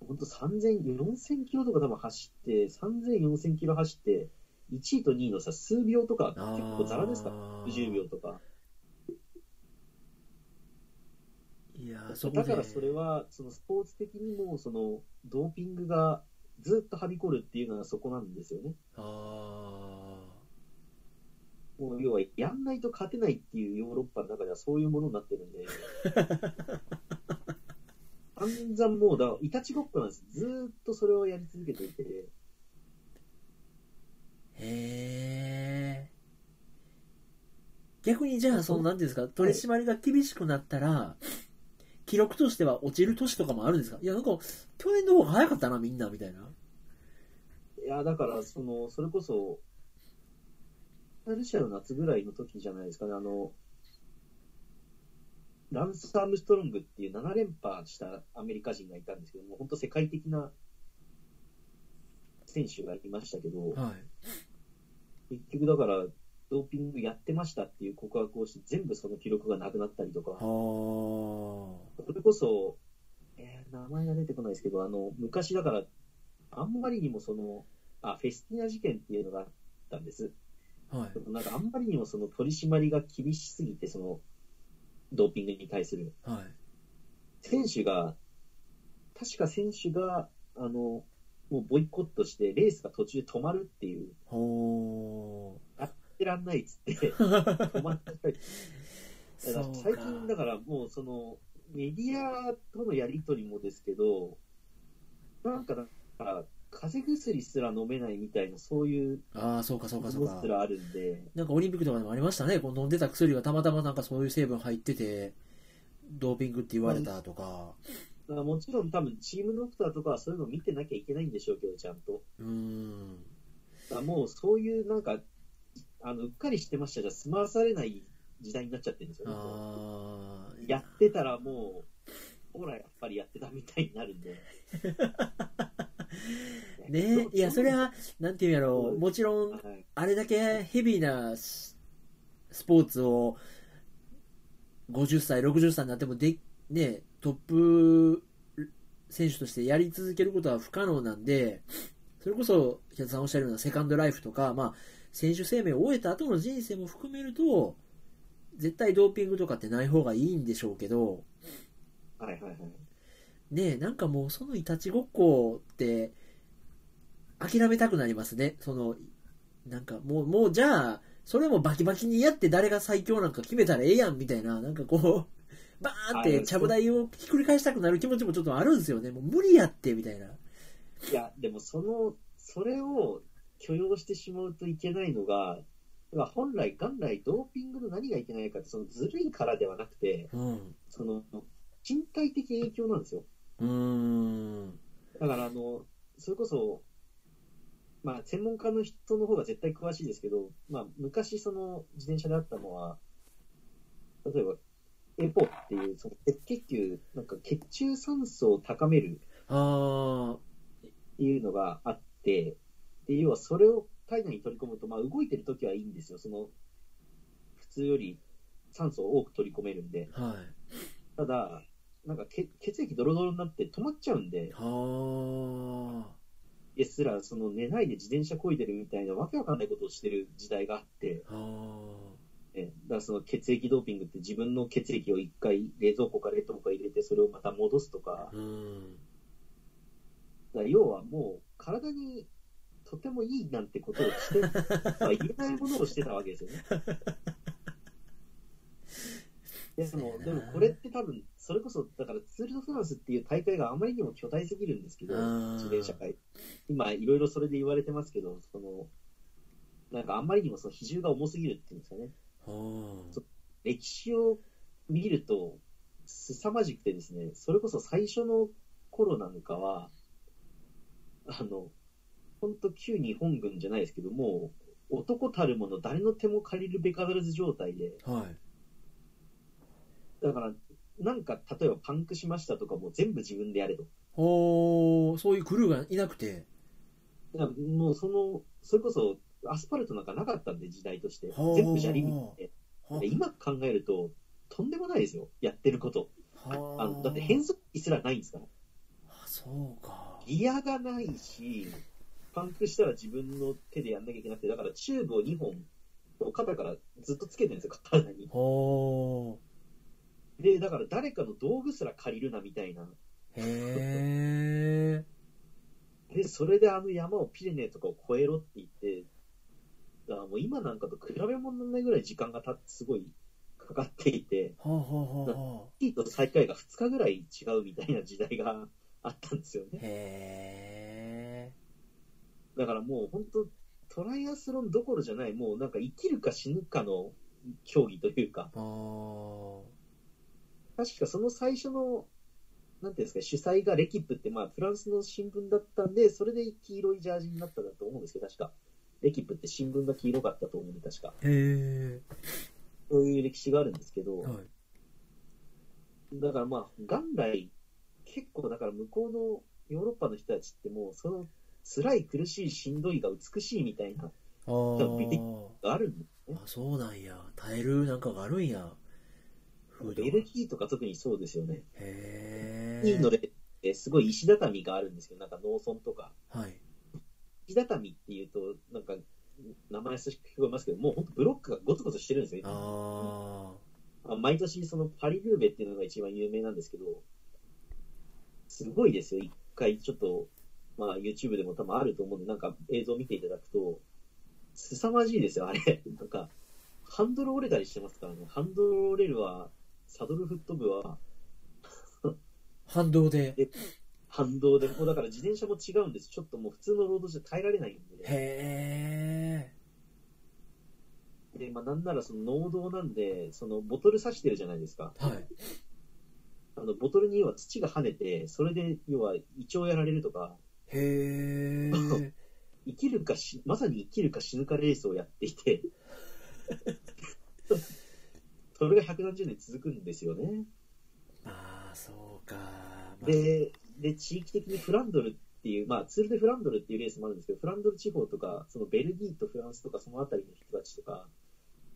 本当3000、4000キロとか多分走って、3000、4000キロ走って、1位と2位のさ、数秒とか、あー結構ザラですか ?10 秒とか。いやーそこだでからそれは、そのスポーツ的にも、その、ドーピングがずっとはびこるっていうのはそこなんですよね。あもう要は、やんないと勝てないっていうヨーロッパの中ではそういうものになってるんで。散々もうだ、いたちごっこなんです。ずーっとそれをやり続けていて、ーへえ逆にじゃあそのなんていうんですか取り締まりが厳しくなったら記録としては落ちる年とかもあるんですかいやなんか去年の方が早かったなみんなみたいないや、だから、その、それこそ、ルシアの夏ぐらいの時じゃないですかね、あの、ランス・アームストロングっていう7連覇したアメリカ人がいたんですけども、本当世界的な選手がいましたけど、はい結局だから、ドーピングやってましたっていう告白をして、全部その記録がなくなったりとか、はそれこそ、えー名前が出てこないですけど、あの、昔だから、あんまりにもその、あ、フェスティナ事件っていうのがあったんです。あはいなんかあんまりにもその取り締まりが厳しすぎて、その、ドーピングに対する。はい選手が、確か選手が、あの、もうボイコットして、レースが途中で止まるっていう、ほやってらんないっつって、う止まったりだからそう最近だからもうそのメディアとのやり取りもですけど、なんかだから風邪薬すら飲めないみたいなそういうああそうかそうこかとそうすからあるんで、なんかオリンピックとかでもありましたねこう飲んでた薬がたまたまなんかそういう成分入っててドーピングって言われたとかだからもちろん多分チームドクターとかはそういうの見てなきゃいけないんでしょうけど、ちゃんと。うーんだからもうそういうなんか、あのうっかりしてましたじゃ済まされない時代になっちゃってるんですよね。ああやってたらもう、ほら、やっぱりやってたみたいになるんで。 ねいやそれはなんていうんやろそううもちろんはいあれだけヘビーなしスポーツを50歳、60歳になってもで、ね、トップ選手としてやり続けることは不可能なんで、それこそ、平田さんおっしゃるようなセカンドライフとか、まあ、選手生命を終えた後の人生も含めると、絶対ドーピングとかってない方がいいんでしょうけど、はいはいはい。ねえなんかもうそのいたちごっこって諦めたくなりますねそのなんかもうもうじゃあそれもバキバキにやって誰が最強なんか決めたらええやんみたいななんかこう バーあンっいてやちゃぶ台をひっくり返したくなる気持ちもちょっとあるんですよねもう無理やってみたいないや、でもその、それを許容してしまうといけないのが、要は本来、元来、ドーピングの何がいけないかって、そのずるいからではなくて、うんその、身体的影響なんですよ。うーんだから、あの、それこそ、まあ、専門家の人の方が絶対詳しいですけど、まあ、昔、その、自転車であったのは、例えば、エポっていう、その、赤血球、なんか、血中酸素を高めるああ、っていうのがあって、で、要はそれを体内に取り込むと、まあ、動いてる時はいいんですよ。その、普通より酸素を多く取り込めるんで。はい。ただ、なんか血血液ドロドロになって止まっちゃうんで、はあ。ですら、その寝ないで自転車こいでるみたいなわけわかんないことをしてる時代があって、はあ。えだからその血液ドーピングって自分の血液を一回冷蔵庫か冷凍庫から入れてそれをまた戻すとか、うん。だから要はもう体にとてもいいなんてことをして、まあ言えないものをしてたわけですよね。でそのでもこれって多分、それこそ、だからツール・ド・フランスっていう大会があまりにも巨大すぎるんですけど、うん自転車界。今、いろいろそれで言われてますけど、その、なんかあんまりにもその比重が重すぎるっていうんですかね。はあ。歴史を見ると、凄まじくてですね、それこそ最初の頃なんかは、あの、ほんと旧日本軍じゃないですけども、男たるもの誰の手も借りるべからず状態で、はい。だから、なんか例えばパンクしましたとかも全部自分でやれと。おー、そういうクルーがいなくて。だからもうその、それこそアスファルトなんかなかったんで、時代として。ほう全部砂利道で。はで今考えると、とんでもないですよ、やってること。あはあのだって変速機すらないんですから。あそうか。ギアがないし、パンクしたら自分の手でやんなきゃいけなくて、だからチューブを2本、肩からずっとつけてるんですよ、体に。はで、だから誰かの道具すら借りるなみたいな。あ。へえ。で、それであの山をピレネーとかを越えろって言って、だからもう今なんかと比べ物にならないぐらい時間がたってすごいかかっていて、はあはあはあはあ。キーと最下位が2日ぐらい違うみたいな時代があったんですよね。へえ。だからもう本当、トライアスロンどころじゃない、もうなんか生きるか死ぬかの競技というか、あー。確かその最初の、なんていうんですか、主催がレキップって、まあ、フランスの新聞だったんで、それで黄色いジャージになったんだと思うんですけど、確か。レキップって新聞が黄色かったと思うんで、確か。へえ。そういう歴史があるんですけど、はい。だからまあ、元来、結構だから向こうのヨーロッパの人たちってもう、その辛い、苦しい、しんどいが美しいみたいなのあ見てー。があるんで あ、そうなんや。耐えるなんかがあるんや。風ベ土ルギーとか特にそうですよね。へえ。いいので、えすごい石畳があるんですけど、なんか農村とか。はい。石畳っていうと、なんか、名前優しく聞こえますけど、もう本当ブロックがゴツゴツしてるんですよ、今あまあ毎年、そのパリルーベっていうのが一番有名なんですけど、すごいですよ、一回ちょっと、まあ YouTube でも多分あると思うんで、なんか映像見ていただくと、凄まじいですよ、あれ。 なんか、ハンドル折れたりしてますからね。ハンドル折れるは、サドル吹っ飛ぶは、ー。反動で。反動で、もうだから自転車も違うんです。ちょっともう普通のロードじゃ耐えられないんで。へで、まあ、なんならその農道なんで、そのボトル刺してるじゃないですか。え。はい。あの、ボトルに要は土が跳ねて、それで要は胃腸やられるとか、 へえ。生きるかし、まさに生きるか死ぬかレースをやっていて、 それが百何十年続くんですよね。ああ、そうか。まあ、で、で、地域的にフランドルっていう、まあ、ツールでフランドルっていうレースもあるんですけど、フランドル地方とか、そのベルギーとフランスとか、その辺りの人たちとか、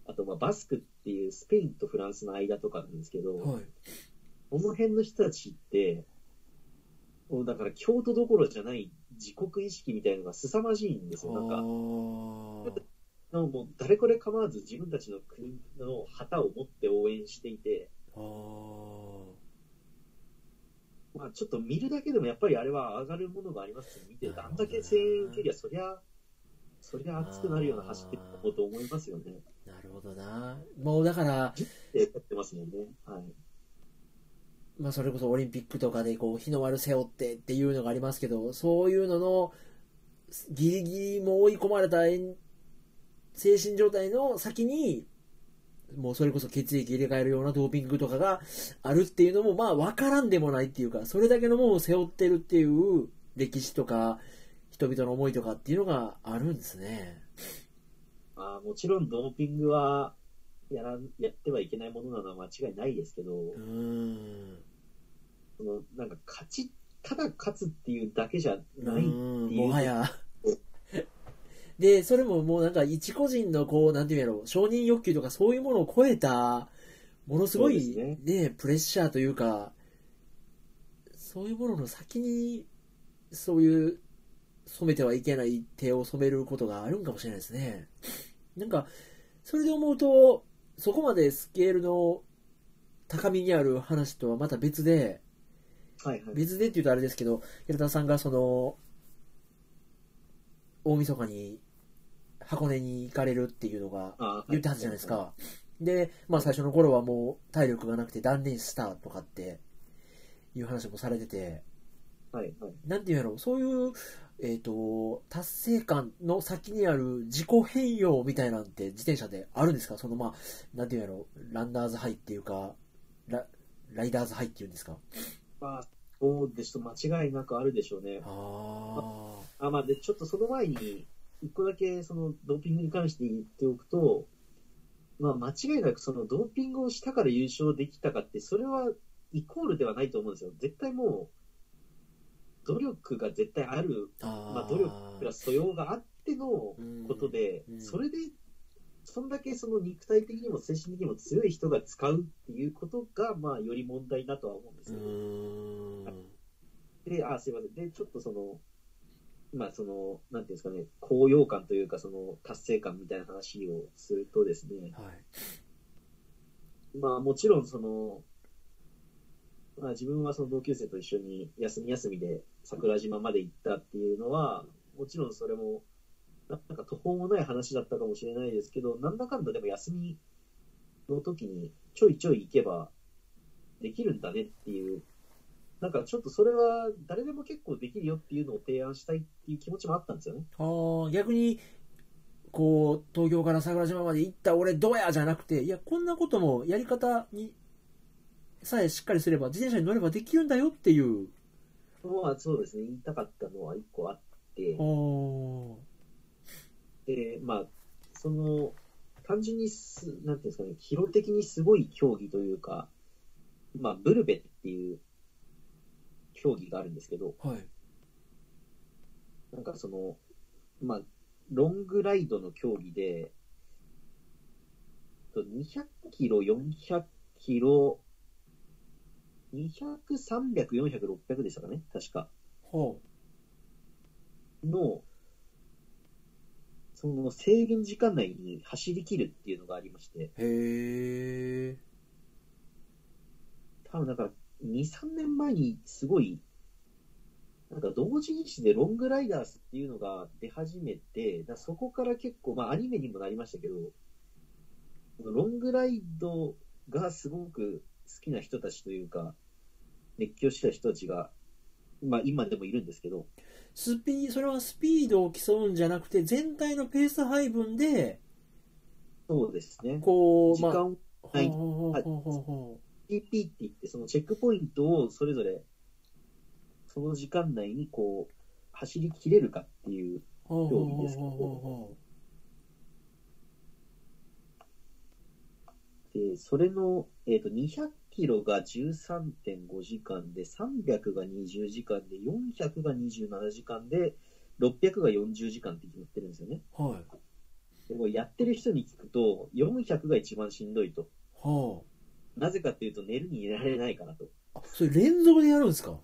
あと、まあ、バスクっていうスペインとフランスの間とかなんですけど、はい。この辺の人たちって、もうだから京都どころじゃない自国意識みたいのが凄まじいんですよ。なんか、 あのもう誰これ構わず自分たちの国の旗を持って応援していて、あ。あまあちょっと見るだけでもやっぱりあれは上がるものがありますよ見てると、あんだけ声援受けりゃそりゃ、そりゃ熱くなるような走ってることと思いますよね。あ。なるほどな。もうだから、でやってますもんね。はい。まあそれこそオリンピックとかでこう、日の丸背負ってっていうのがありますけど、そういうのの、ギリギリもう追い込まれたえん精神状態の先に、もうそれこそ血液入れ替えるようなドーピングとかがあるっていうのも、まあ分からんでもないっていうか、それだけのものを背負ってるっていう歴史とか人々の思いとかっていうのがあるんですね。まあ、もちろんドーピングはやらんやってはいけないものなのは間違いないですけど、うーん。そのなんか勝ち、ただ勝つっていうだけじゃうない。ーんもはや。 で、それももうなんか一個人のこう、なんていうんやろ、承認欲求とかそういうものを超えた、ものすごいそうでねプレッシャーというか、そういうものの先に、そういう染めてはいけない手を染めることがあるんかもしれないですね。なんか、それで思うと、そこまでスケールの高みにある話とはまた別で、はいはい。別でって言うとあれですけど、平田さんがその、大晦日に箱根に行かれるっていうのがあはい言ったはずじゃないです。か。で、まあ最初の頃はもう体力がなくて断念したとかっていう話もされてて、はいはい。なんていうんやろう、そういう、えっ、と、達成感の先にある自己変容みたいなんて自転車であるんですかそのまあ、なんていうんやろう、ランナーズハイっていうか、ラライダーズハイっていうんですかまあ、そうですと間違いなくあるでしょうね。ああ。あ、まあ、で、ちょっとその前に、一個だけ、その、ドーピングに関して言っておくと、まあ、間違いなく、その、ドーピングをしたから優勝できたかって、それは、イコールではないと思うんですよ。絶対もう、努力が絶対ある、あまあ、努力プラス素養があってのこうんとでう、んそれで、そんだけその肉体的にも精神的にも強い人が使うっていうことが、まあ、より問題だとは思うんですうよね。ーんで、あ、すいません。で、ちょっとその、まあその、なんていうんですかね、高揚感というか、その、達成感みたいな話をするとですね、はいまあもちろんその、まあ自分はその同級生と一緒に休み休みで桜島まで行ったっていうのは、もちろんそれも、ななんか途方もない話だったかもしれないですけど、なんだかんだでも休みの時にちょいちょい行けばできるんだねっていう、なんかちょっとそれは誰でも結構できるよっていうのを提案したいっていう気持ちもあったんですよね。あー逆にこう東京から桜島まで行った俺どうやじゃなくていやこんなこともやり方にさえしっかりすれば自転車に乗ればできるんだよっていうまあそうですね、言いたかったのは一個あって、おで、まあ、その、単純にす、なんていうんですかね、疲労的にすごい競技というか、まあ、ブルベっていう競技があるんですけど、はいなんかその、まあ、ロングライドの競技で、と200キロ、400キロ、200、300、400、600でしたかね、確か。ほの、その制限時間内に走り切るっていうのがありまして、うへえ多分だから2、3年前にすごい、なんか同人誌でロングライダースっていうのが出始めて、だからそこから結構、まあアニメにもなりましたけど、ロングライドがすごく好きな人たちというか、熱狂した人たちが、まあ今でもいるんですけど、スピそれはスピードを競うんじゃなくて全体のペース配分でそうですね。こう時間をまあはいほうほうほうほうほ CP って言って、そのチェックポイントをそれぞれ、その時間内にこう、走り切れるかっていう、うほうほう競技ほうですけどほうほうで、それの、えっ、と、200キロが13.5時間で、300が20時間で、400が27時間で、600が40時間って決まってるんですよね。はいでもやってる人に聞くと、400が一番しんどいと。はあなぜかっていうと、寝るにいられないからと。あそれ連続でやるんですか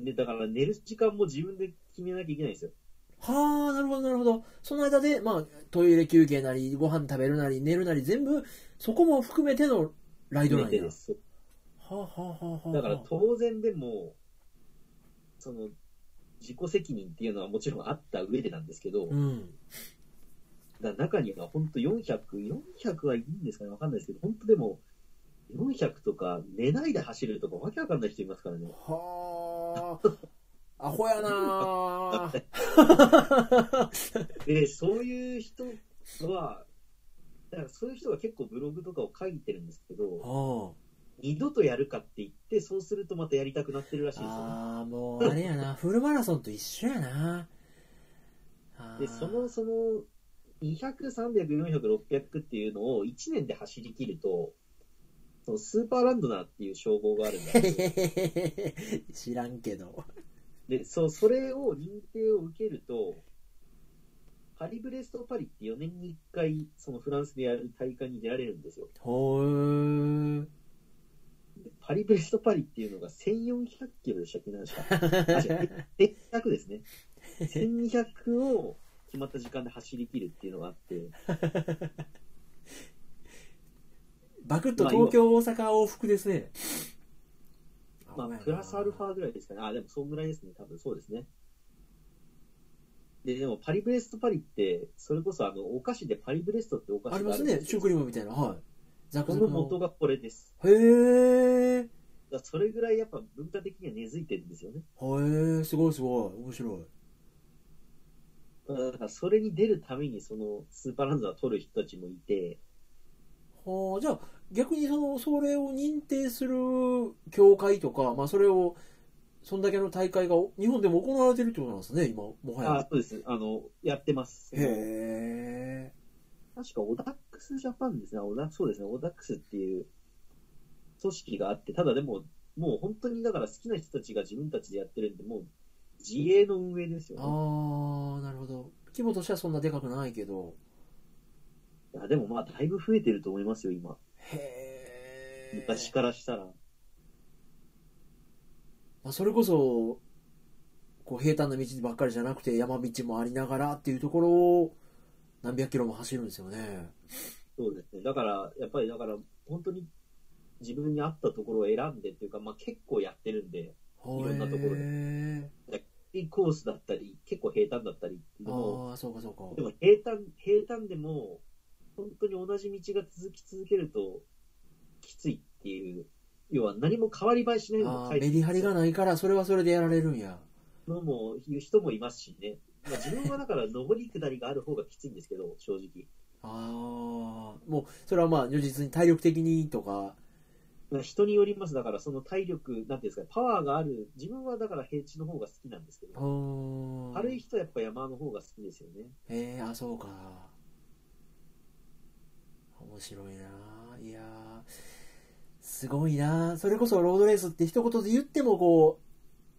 で、だから寝る時間も自分で決めなきゃいけないんですよ。はあなるほどなるほどその間で、まあ、トイレ休憩なりご飯食べるなり寝るなり全部そこも含めてのライ決ドめなんてやではす。あはあはあはあだから当然でも、その、自己責任っていうのはもちろんあった上でなんですけど、うんだから中には本当400、400はいいんですかねわかんないですけど、本当でも、400とか寝ないで走るとかわけわかんない人いますからね。はあアホやな あで、そういう人は、だからそういう人が結構ブログとかを書いてるんですけど、は二度とやるかって言って、そうするとまたやりたくなってるらしいんですよね。ああ、もう、あれやな、フルマラソンと一緒やな。あーで、その、その、200、300、400、600っていうのを1年で走り切ると、そのスーパーランドナーっていう称号があるんだけど、 知らんけど。で、そう、それを認定を受けると、パリブレストパリって4年に1回、そのフランスでやる大会に出られるんですよ。ほ ー。でパリブレストパリっていうのが1400キロでしたっけ何でした あ違うえ1100ですね。1200を決まった時間で走り切るっていうのがあって、バクッと東京、大阪往復ですね。まあ、プラスアルファぐらいですかね。あ、でも、そんぐらいですね。多分、そうですね。で、でも、パリブレストパリって、それこそ、あの、お菓子でパリブレストってお菓子があありるんでますね、すシュよークリームみたいな。はい。ザクこザクのの元がこれです。へー。へだからそれぐらい、やっぱ、文化的には根付いてるんですよね。ー、すごいすごい。面白い。だから、それに出るために、その、スーパーランドを取る人たちもいて、はあ、じゃあ、逆にその、それを認定する協会とか、まあ、それを、そんだけの大会が日本でも行われてるってことなんですね、今、もはあや。そうです。あの、やってます。へえ。確か、オダックスジャパンですね。オダそうですね。オダックスっていう組織があって、ただでも、もう本当にだから好きな人たちが自分たちでやってるんで、もう自営の運営ですよあね。ー、なるほど。規模としてはそんなでかくないけど。いやでもまあ、だいぶ増えてると思いますよ、今。へえ。昔からしたら。まあ、それこそ、こう、平坦な道ばっかりじゃなくて、山道もありながらっていうところを、何百キロも走るんですよね。そうですね。だから、やっぱりだから、本当に自分に合ったところを選んでっていうか、まあ結構やってるんで、いろんなところでいいコースだったり、結構平坦だったりっていうのを、ああ、そうかそうか。でも平坦、平坦でも、本当に同じ道が続き続けると、きついっていう、要は何も変わり映えしないのあもーメリハリがないから、それはそれでやられるんや。のもいう人もいますしね。まあ、自分はだから、上り下りがある方がきついんですけど、正直。ああ、もう、それはまあ、如実に体力的にとか、まあ人によります、だからその体力、なんていうんですか、パワーがある、自分はだから平地の方が好きなんですけうど、ーん。軽い人はやっぱ山の方が好きですよね。ええあ、そうか。面白いな。いやーすごいな。それこそロードレースって一言で言っても、こ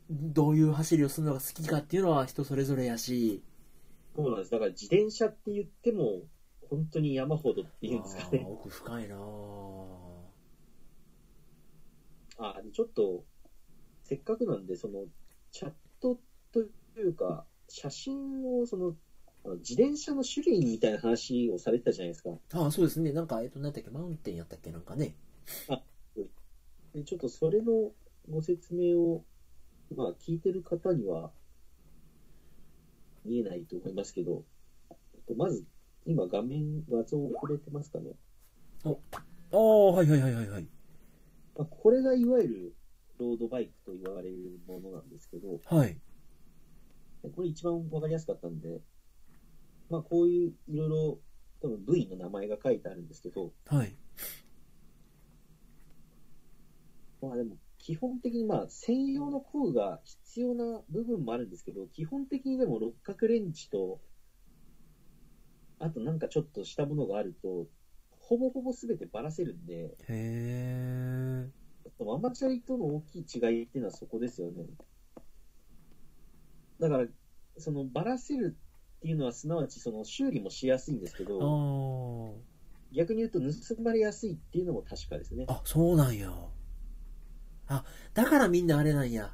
う、どういう走りをするのが好きかっていうのは人それぞれやし、そうなんです。だから自転車って言っても、本当に山ほどっていうんですかねあー。奥深いな。あ、ちょっと、せっかくなんで、その、チャットというか、写真を、その、あの自転車の種類みたいな話をされてたじゃないですか。ああ、そうですね。なんか、えっと、なんだっけ、マウンテンやったっけなんかね。でちょっとそれのご説明を、まあ、聞いてる方には、見えないと思いますけど、まず、今画面、画像をくれてますかね。ああ、はいはいはいはいはい。まあ、これがいわゆる、ロードバイクと言われるものなんですけど、はい。でこれ一番わかりやすかったんで、まあこういういろいろ多分部位の名前が書いてあるんですけど、はい。まあでも基本的にまあ専用の工具が必要な部分もあるんですけど、基本的にでも六角レンチと、あとなんかちょっとしたものがあると、ほぼほぼ全てばらせるんで、へえ。でもアマチュアとの大きい違いっていうのはそこですよね。だから、そのばらせるっていうのはすなわちその修理もしやすいんですけど、あー逆に言うと盗まれやすいっていうのも確かですね。あ、そうなんや。あ、だからみんなあれなんや。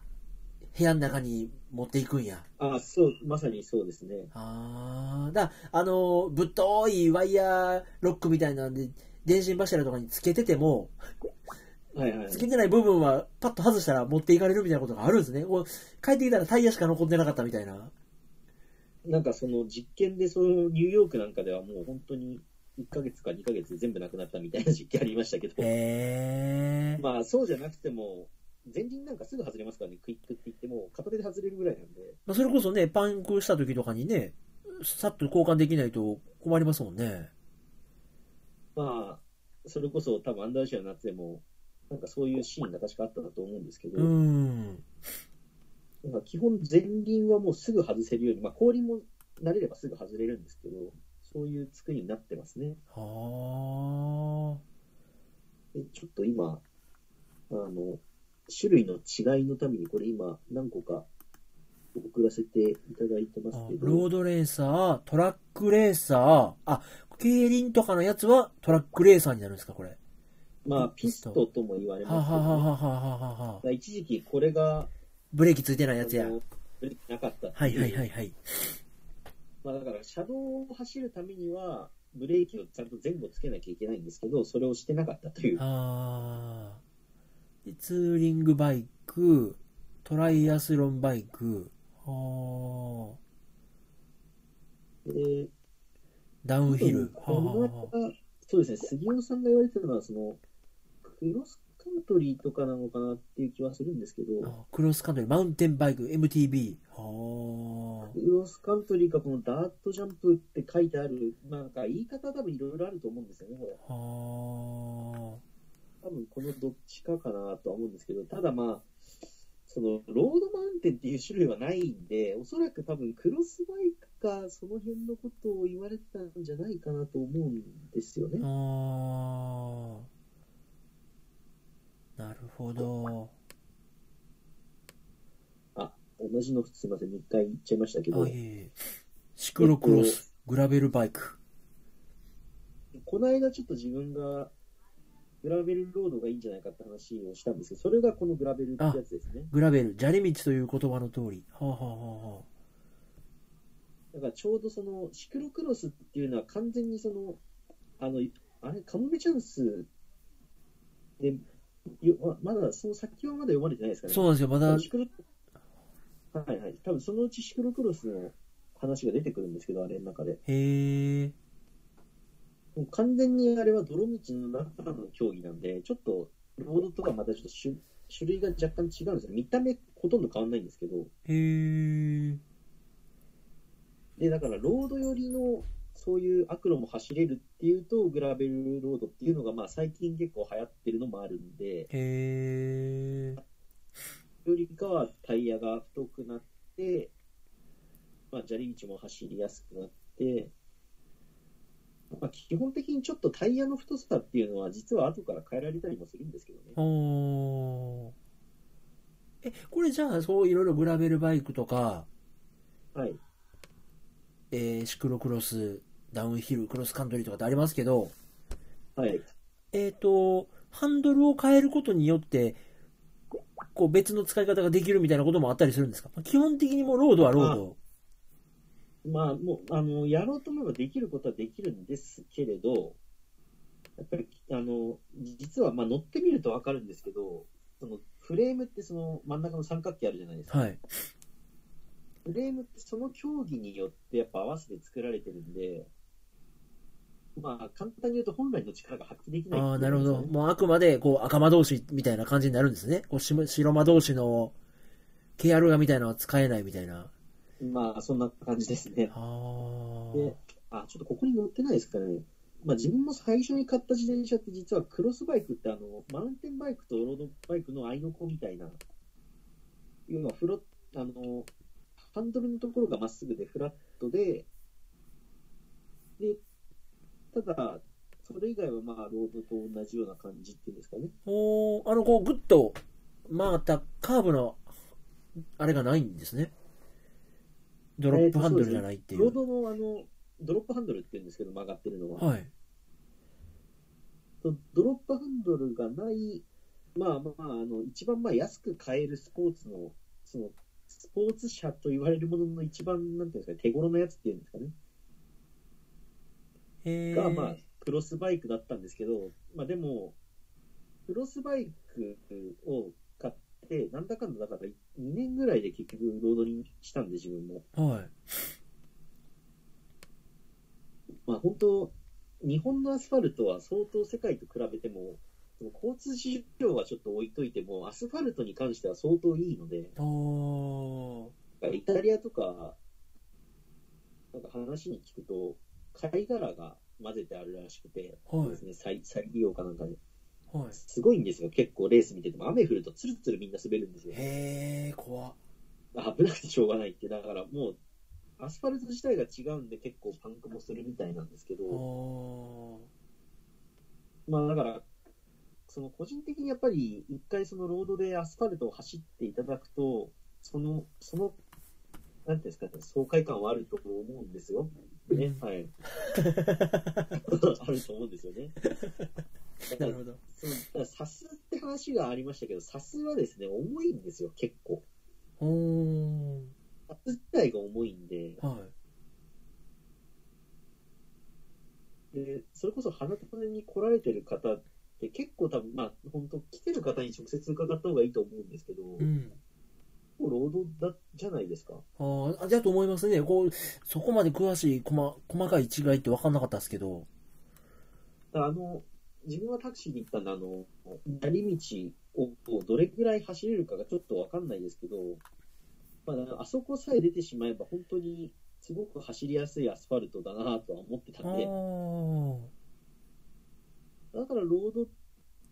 部屋の中に持っていくんや。あそう、まさにそうですね。ああ、だ、あの、ぶっといワイヤーロックみたいなんで、電信柱とかにつけてても、はいはい。つけてない部分はパッと外したら持っていかれるみたいなことがあるんですね。お帰ってきたらタイヤしか残ってなかったみたいな。なんかその実験で、そのニューヨークなんかではもう本当に1ヶ月か2ヶ月で全部なくなったみたいな実験ありましたけど、へえ。まあそうじゃなくても、前輪なんかすぐ外れますからね、クイックって言っても、片手で外れるぐらいなんで、まあ、それこそね、パンクした時とかにね、さっと交換できないと困りますもんね。まあ、それこそ多分アンダーシアの夏でも、なんかそういうシーンが確かあったなと思うんですけど、うん。なんか基本前輪はもうすぐ外せるように、まあ、後輪も慣れればすぐ外れるんですけど、そういう作りになってますね。はでちょっと今、あの、種類の違いのために、これ今、何個か送らせていただいてまあすけ。ロどー、ドレーサー、トラックレーサー、あ、競輪とかのやつはトラックレーサーになるんですか、これ。まあ、ピストとも言われはあ、はますけあはど、あだかはあはあはあはあら一時期これが、ブレーキついてないやつやあ。のなかったってはいはいいうはいはい。まあ、だから車道を走るためには、ブレーキをちゃんと前後つけなきゃいけないんですけど、それをしてなかったという、あーでツーリングバイク、トライアスロンバイク、あーでダウンヒル。はあこのはあはあ間そうですね、杉尾さんが言われてるのは、そのクロスカントリーとかなのかなっていう気はするんですけど、あクロスカントリー、マウンテンバイク、MTB。はクロスカントリーか、このダートジャンプって書いてある、なんか言い方、多分いろいろあると思うんですよね、これ。あ。は多分このどっちかかなとは思うんですけど、ただまあ、そのロードマウンテンっていう種類はないんで、おそらく多分クロスバイクか、その辺のことを言われてたんじゃないかなと思うんですよね。あ。ああ。なるほど。同じの、すみません、一回言っちゃいましたけどあ、いえいえ。シクロクロス、グラベルバイク。この間ちょっと自分が、グラベルロードがいいんじゃないかって話をしたんですけど、それがこのグラベルってやつですね。グラベル、砂利道という言葉の通り。はあはあはあはあ。だからちょうどそのシクロクロスっていうのは完全にその、あの、あれ、カモメチャンスで、よままだ、その先はまだ読まれてないですかね。そうなんですよ、ま多だ分シクロはいはい。多分そのうちシクロクロスの話が出てくるんですけど、あれの中で。へえ。もう完全にあれは泥道の中の競技なんで、ちょっとロードとかまたちょっと種種類が若干違うんですよ。見た目ほとんど変わんないんですけど、へえ。で、だからロード寄りのそういうアクロも走れるっていうと、グラベルロードっていうのがまあ最近結構流行ってるのもあるんで、へえ。よりかはタイヤが太くなって、まあ、砂利道も走りやすくなって、まあ、基本的にちょっとタイヤの太さっていうのは実は後から変えられたりもするんですけどね。おーえ、これじゃあ、そういろいろグラベルバイクとか、はい。えーシクロクロス、ダウンヒル、クロスカントリーとかってありますけど、はい。えっ、と、ハンドルを変えることによって、こう別の使い方ができるみたいなこともあったりするんですかまあ基本的にもうロードはロード。まあ、もう、あの、やろうと思えばできることはできるんですけれど、やっぱり、あの、実は、まあ、乗ってみるとわかるんですけど、その、フレームってその真ん中の三角形あるじゃないですか。はい。フレームってその競技によってやっぱ合わせて作られてるんで、まあ、簡単に言うと本来の力が発揮できないああ、っていなうるんほですよど。ねもうあくまで、こう、赤間同士みたいな感じになるんですね。こう、しむ白間同士の、ケアルガみたいなのは使えないみたいな。まあ、そんな感じですねあ。あ。で、あ、ちょっとここに載ってないですかね。まあ、自分も最初に買った自転車って実はクロスバイクってあの、マウンテンバイクとロードバイクの合いの子みたいな、要はフロあの、ハンドルのところがまっすぐでフラットで、で、ただ、それ以外はまあ、ロードと同じような感じっていうんですかね。おーあの、こう、ぐっと曲がったカーブの、あれがないんですね。ドロップハンドルじゃないっていローう。ドのあの、ドロップハンドルって言うんですけど、曲がってるのは。はい。とドロップハンドルがない、まあまあ、あの一番まあ安く買えるスポーツの、そのスポーツ車と言われるものの一番、なんていうんですかね、手頃なやつっていうんですかね、えが、まあ、クロスバイクだったんですけど、まあでも、クロスバイクを買って、なんだかんだだから2年ぐらいで結局、ロードにしたんで、自分も。はい。まあ本当、日本のアスファルトは相当世界と比べても、その交通事情はちょっと置いといても、アスファルトに関しては相当いいので、おーイタリアとか、なんか話に聞くと、貝殻が混ぜてあるらしくて、はいですね、再再利用かなんかで。はい。すごいんですよ、結構レース見てても、雨降るとツルツルみんな滑るんですよ。へえ、怖っ。危なくてしょうがないって、だからもう、アスファルト自体が違うんで、結構パンクもするみたいなんですけあど、ーまあだから、その個人的にやっぱり、一回そのロードでアスファルトを走っていただくと、その、その、なんていうんですかね、爽快感はあると思うんですよ。ね、 はい。あると思うんですよね。だかならるほど。そのだからサスって話がありましたけど、サスはですね、重いんですよ、結構。うーん。サス自体が重いんで、はい。で、それこそ花束に来られてる方って結構多分、まあ、本当来てる方に直接伺った方がいいと思うんですけど、うん。労働だ、じゃないですか。あーあ、じゃあと思いますね。こう、そこまで詳しい、細細かい違いって分かんなかったですけど。だからあの、自分はタクシーに行ったんで、あの、やり道をこうどれぐらい走れるかがちょっとわかんないですけど、まあ、あそこさえ出てしまえば本当にすごく走りやすいアスファルトだなとは思ってたああんで、ー。だからロードっ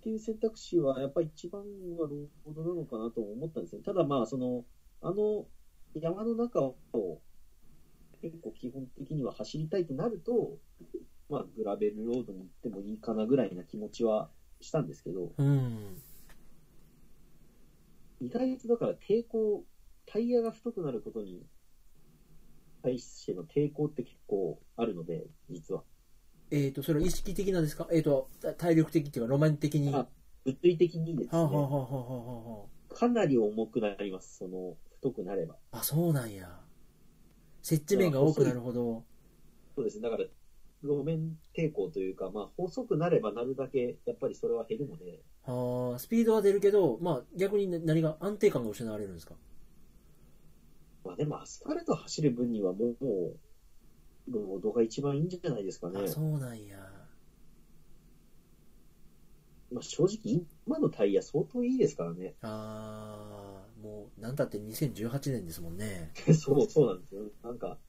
ていう選択肢はやっぱり一番はロードなのかなとも思ったんですね。ただまあその、あの山の中を結構基本的には走りたいってなると、まあグラベルロードに行ってもいいかなぐらいな気持ちはしたんですけど、うん。意外とだから抵抗、タイヤが太くなることに対しての抵抗って結構あるので、実は。えっ、と、それは意識的なんですかえっ、と、た体力的っていうか、ロマン的に。はあ物理的にですあ、はあはね、あはあはあはかなり重くなります、その太くなれば。あ。あ、そうなんや。接地面が多くなるほど。そうですね、だから路面抵抗というか、まあ、細くなればなるだけ、やっぱりそれは減るので、ああ、スピードは出るけど、まあ逆に何が安定感が失われるんですかまあ、でもアスファルト走る分にはもう、もう、ロードが一番いいんじゃないですかねあ、。そうなんや。まあ、正直、今のタイヤ相当いいですからね。 ああ、もう、なんたって2018年ですもんね。そう、そうなんですよ。なんか、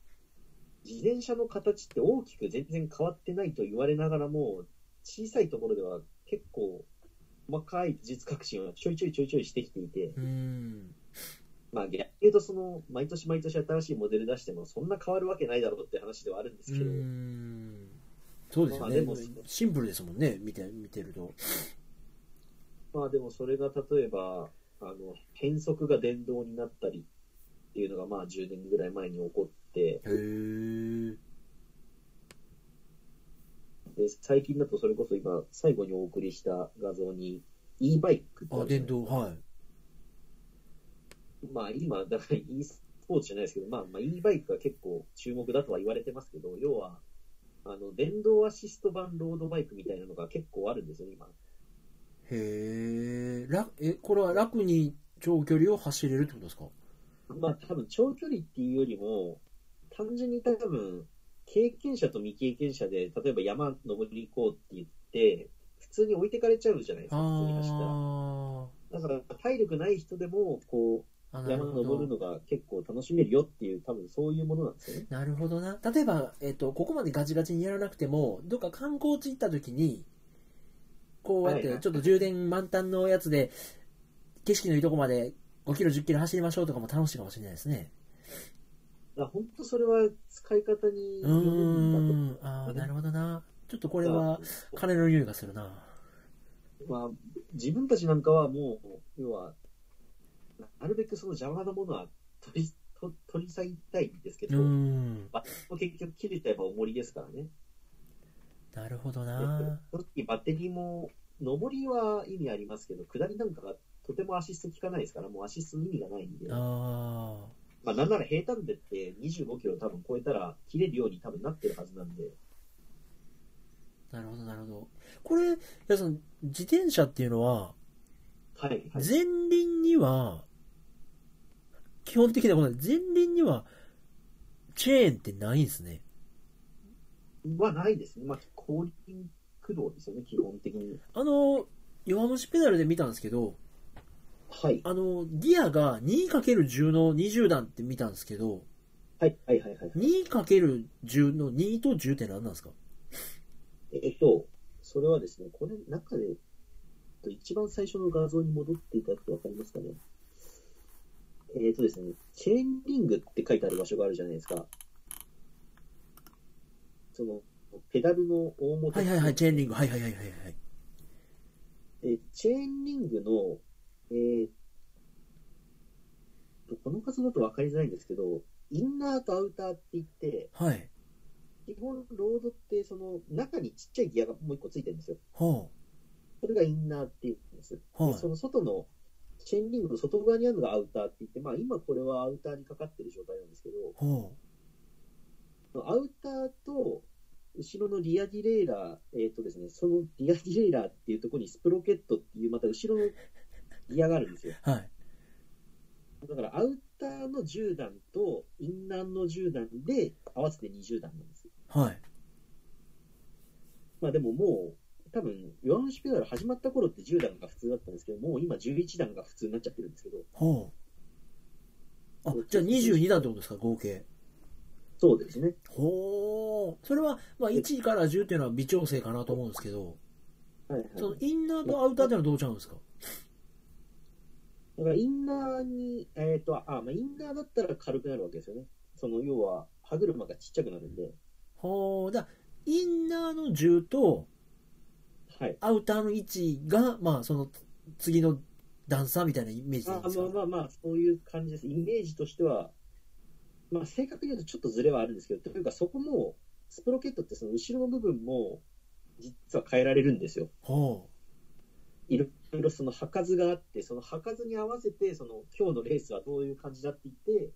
自転車の形って大きく全然変わってないと言われながらも、小さいところでは結構、細かい技術革新をちょいちょいちょいちょいしてきていて、うーん。まあ、逆に言うと、その、毎年毎年新しいモデル出しても、そんな変わるわけないだろうって話ではあるんでうすけど、ーん。そうですよまあねでも。シンプルですもんね、見て、見てると。まあでもそれが例えば、あの、変速が電動になったりっていうのが、まあ10年ぐらい前に起こって、へえ。で、最近だとそれこそ今、最後にお送りした画像に、e バイクってあ、るじゃ電ない動、はい。まあ今、だから e スポーツじゃないですけど、まあ、まあ、e バイクが結構注目だとは言われてますけど、要は、あの、電動アシスト版ロードバイクみたいなのが結構あるんですよね、今。へえ。ら、え、これは楽に長距離を走れるってことですかまあ多分長距離っていうよりも、単純に多分、経験者と未経験者で、例えば山登り行こうって言って、普通に置いてかれちゃうじゃないですあか、普通に走ったら。ーだから体力ない人でも、こあ。う、なる山ほ登るど。のが結構楽しめるよっていう、多分そういうものなんですよね。なるほどな。例えば、えっと、ここまでガチガチにやらなくても、どっか観光地行った時に、こうやっはいてはいちょっと充電満タンのやつで、景色のいいとこまで5キロ、10キロ走りましょうとかも楽しいかもしれないですね。だから本当それは使い方によるんうだ。ーん。ああ、なるほどな。ちょっとことれは、金の匂いがするな。まあ、自分たちなんかはもう、要は、なるべくその邪魔なものは取り、と取り去りたいんですけうど、ーん。バッテリーも結局切れちゃえば重りですからね。なるほど正な。直バッテリーも、上りは意味ありますけど、下りなんかがとてもアシスト効かないですから、もうアシストに意味がないんで、まああ。あなんなら平坦でって25キロ多分超えたら切れるように多分なってるはずなんで、なるほど、なるほど。これ、皆さん、自転車っていうのは、はい、はい。前輪には、基本的なことで、前輪には、チェーンってないんですね。はないですね。まあ、後輪駆動ですよね、基本的に。あの、弱虫ペダルで見たんですけど、はい。あの、ギアが 2×10 の20段って見たんですけど、はい、はい、はい、はい。 2×10 の2と10って何なんですかえっと、それはですね、これ、中で、と、一番最初の画像に戻っていただくとわかりますかね。えっ、とですね、チェーンリングって書いてある場所があるじゃないですか。その、ペダルの大元。はいはいはい、チェーンリング。はいはいはいはいはい。えチェーンリングの、えーっと、この画像だと分かりづらいんですけど、インナーとアウターって言って、はい。基本ロードってその中にちっちゃいギアがもう一個ついてるんですよ。ほそれがインナーっていうんです。う。はでそい。の外の、チェーンリングの外側にあるのがアウターって言って、まあ今これはアウターにかかってる状態なんですけど、ほアウターと後ろのリアディレイラー、えっ、とですね、そのリアディレイラーっていうところにスプロケットっていうまた後ろのギアがあるんですよ。う。はい。だからアウターの10段とインナーの10段で合わせて20段なんですよ。はい。まあでももう多分、ヨアンシュペダル始まった頃って10段が普通だったんですけど、もう今11段が普通になっちゃってるんですけど、ほう。あ、じゃあ22段ってことですか、合計。そうですね。ほう。それは、まあ、1から10っていうのは微調整かなと思うんですけど、はいはい。そのインナーとアウターっていうのはどうちゃうんですかだからインナーに、えっ、と、あ、まあ、インナーだったら軽くなるわけですよね。その、要は、歯車がちっちゃくなるんで、ほう。だからインナーの10とはい。アウターの1が、まあ、その次の段差みたいなイメージでいいあんですまかあまあまあ、そういう感じです。イメージとしては、まあ、正確に言うとちょっとずれはあるんですけど、というか、そこも、スプロケットってその後ろの部分も、実は変えられるんですよ。ほいろいろその履かずがあって、その履かずに合わせて、その、今日のレースはどういう感じだって言って、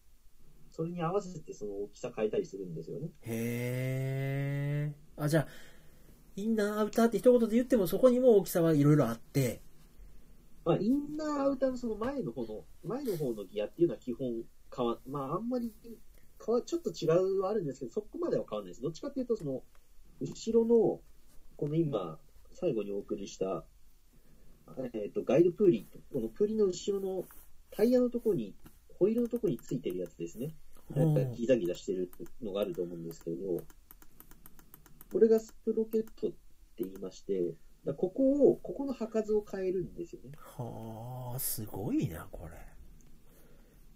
それに合わせてその大きさ変えたりするんですよね。う。へえ。あ、じゃあ、インナーアウターって一言で言っても、そこにも大きさはいろいろあって、まあ、インナーアウターのその前の方の、前の方のギアっていうのは基本変わ、まあ、あんまり変わ、ちょっと違うはあるんですけど、そこまでは変わらないです。どっちかっていうと、その、後ろの、この今、最後にお送りした、えっ、と、ガイドプーリー、このプーリーの後ろのタイヤのところに、ホイールのところについてるやつですね。うなんんかギザギザしてるのがあると思うんですけど、これがスプロケットって言いまして、だからここを、ここの履かずを変えるんですよね。はあ、すごいな、これ。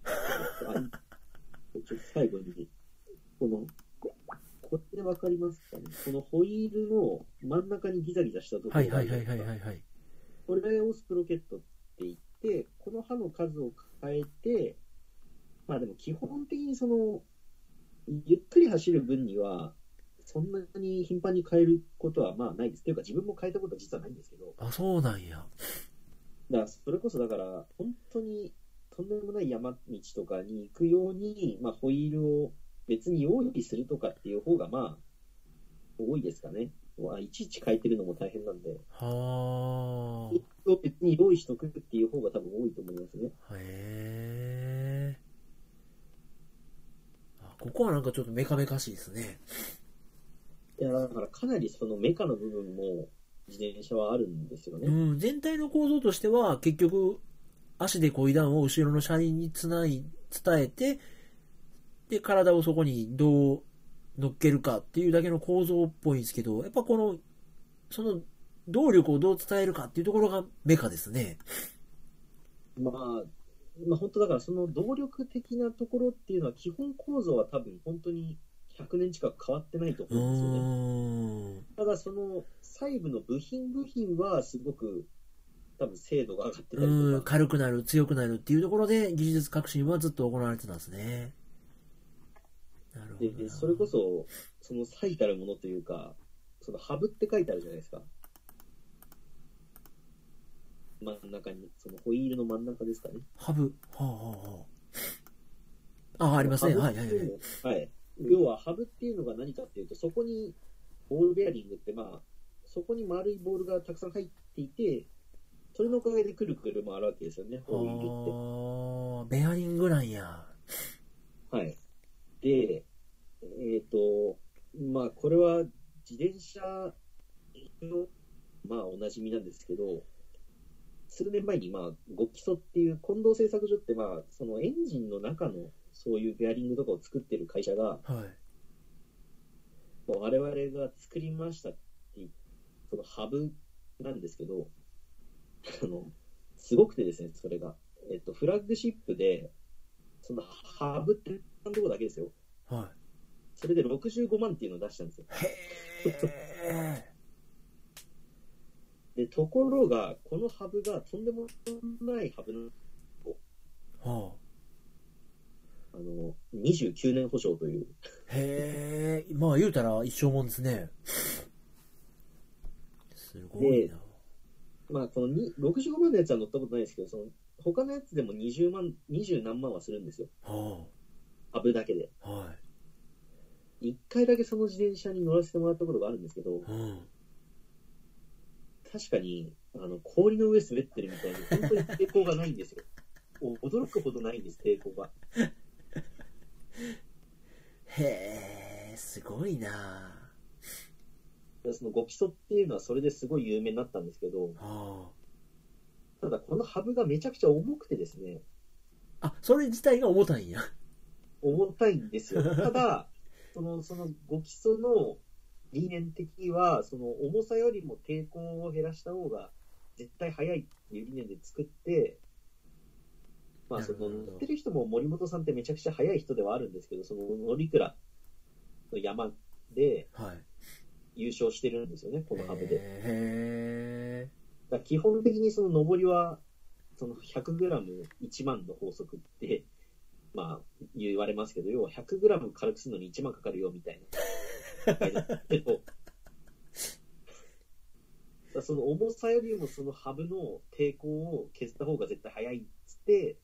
あちょっと最後に、この、これでわかりますかねこのホイールの真ん中にギザギザしたところがはあいるじゃはないいですかはいはいはいはい。これをスプロケットって言って、この歯の数を変えて、まあでも基本的にその、ゆっくり走る分には、そんなに頻繁に変えることはまあないです。というか自分も変えたことは実はないんですけど、あ、そうなんや。だからそれこそだから、本当にとんでもない山道とかに行くように、まあ、ホイールを別に用意するとかっていう方が、まあ、多いですかね。まあ、いちいち変えてるのも大変なんで、はホイールを別に用意しとくっていう方が多分多いと思いますね。あ。へえ。あここはなんかちょっとメカメカしいですね。いや、だからかなりそのメカの部分も自転車はあるんですようね。ん、全体の構造としては、結局、足でこいだんを後ろの車輪につない、伝えて、で、体をそこにどう乗っけるかっていうだけの構造っぽいんですけど、やっぱこの、その、動力をどう伝えるかっていうところがメカですね。まあ、まあ本当だからその動力的なところっていうのは基本構造は多分本当に100年近く変わってないとう思うんですよね。ーん。ただその細部の部品部品はすごく多分精度が上がってたりうんとか、軽くなる強くなるっていうところで技術革新はずっと行われてたんですねなるほでどでなそれこそその最たるものというか、そのハブって書いてあるじゃないですか。真ん中に、そのホイールの真ん中ですかね。ハブはあはあはああありますねハはブっいてはいはいいうのはい。要はハブっていうのが何かっていうと、そこにボールベアリングって、まあ、そこに丸いボールがたくさん入っていて、それのおかげでくるくる回るわけですよね、ホイールって。はあベアリングなんやはい。で、えっ、と、まあ、これは自転車の、まあ、おなじみなんですけど、数年前に、まあ、ご基礎っていう近藤製作所って、まあ、そのエンジンの中のそういうベアリングとかを作ってる会社が、はいまあ我々が作りましたっていう、そのハブなんですけど、あの、すごくてですね、それが。えっと、フラッグシップで、その、ハブってのとこだけですよ。はそれで65万っていうのを出したんですよ。い。へで、ところが、このハブがとんでもないハブな ー。はあの、29年保証という、あ。へえ。まあ言うたら一生もんですね。すごいな。まあ、このに65万のやつは乗ったことないですけど、その、他のやつでも20万、20何万はするんですよ。はハブだけで。あ。はい。一回だけその自転車に乗らせてもらったことがあるんですけど、うん。確かに、あの、氷の上滑ってるみたいに、本当に抵抗がないんですよ。 お驚くほどないんです、抵抗が。へえ。すごいな。そのご基礎っていうのはそれですごい有名になったんですけど、はただこのハブがめちゃくちゃ重くてですね、あ。あ、それ自体が重たいんや。重たいんですよ。 ただ、その、そのご基礎の理念的には、その重さよりも抵抗を減らした方が絶対早いっていう理念で作って、まあそのなるほど乗ってる人も森本さんってめちゃくちゃ速い人ではあるんですけど、その乗り比の山ではい。優勝してるんですよね、このハブで。へえ。だから基本的にその上りは、その 100g1 万の法則って、まあ、言われますけど、要は 100g 軽くするのに1万かかるよみたいな。 でもだからその重さよりもそのハブの抵抗を削った方が絶対早いっつって、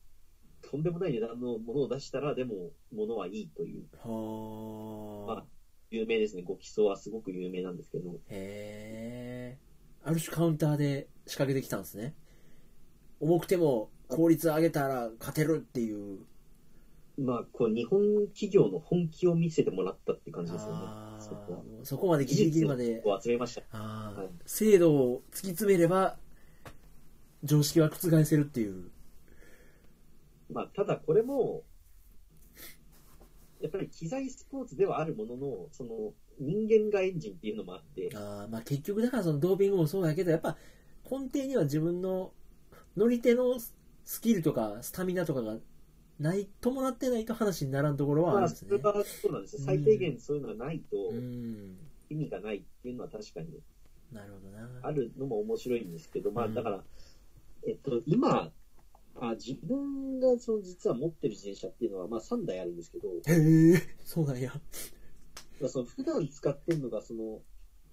とんでもない値段のものを出したら、でも、ものはいいという、まあはあ。、有名ですね。ご基礎はすごく有名なんですけど、へえ。ある種カウンターで仕掛けてきたんですね。重くても効率上げたら勝てるっていう。まあ、こう、日本企業の本気を見せてもらったって感じですよね。あそこはーそこまでギリギリまで。を集めました。あーはい精度を突き詰めれば、常識は覆せるっていう。まあ、ただこれも、やっぱり機材スポーツではあるものの、その人間がエンジンっていうのもあって、あーまあ結局だからそのドーピングもそうだけど、やっぱ根底には自分の乗り手のスキルとかスタミナとかがない、伴ってないと話にならんところはあまるあ、んですそねれ。はそうなんですよ。うん最低限そういうのがないとうん。意味がないっていうのは確かになるほどな。 あるのも面白いんですけど、まうあ、んだから、えっと、今、あ自分がその実は持ってる自転車っていうのは、まあ、3台あるんですけど、へえ、そうなんや。まあその普段使ってるのがその、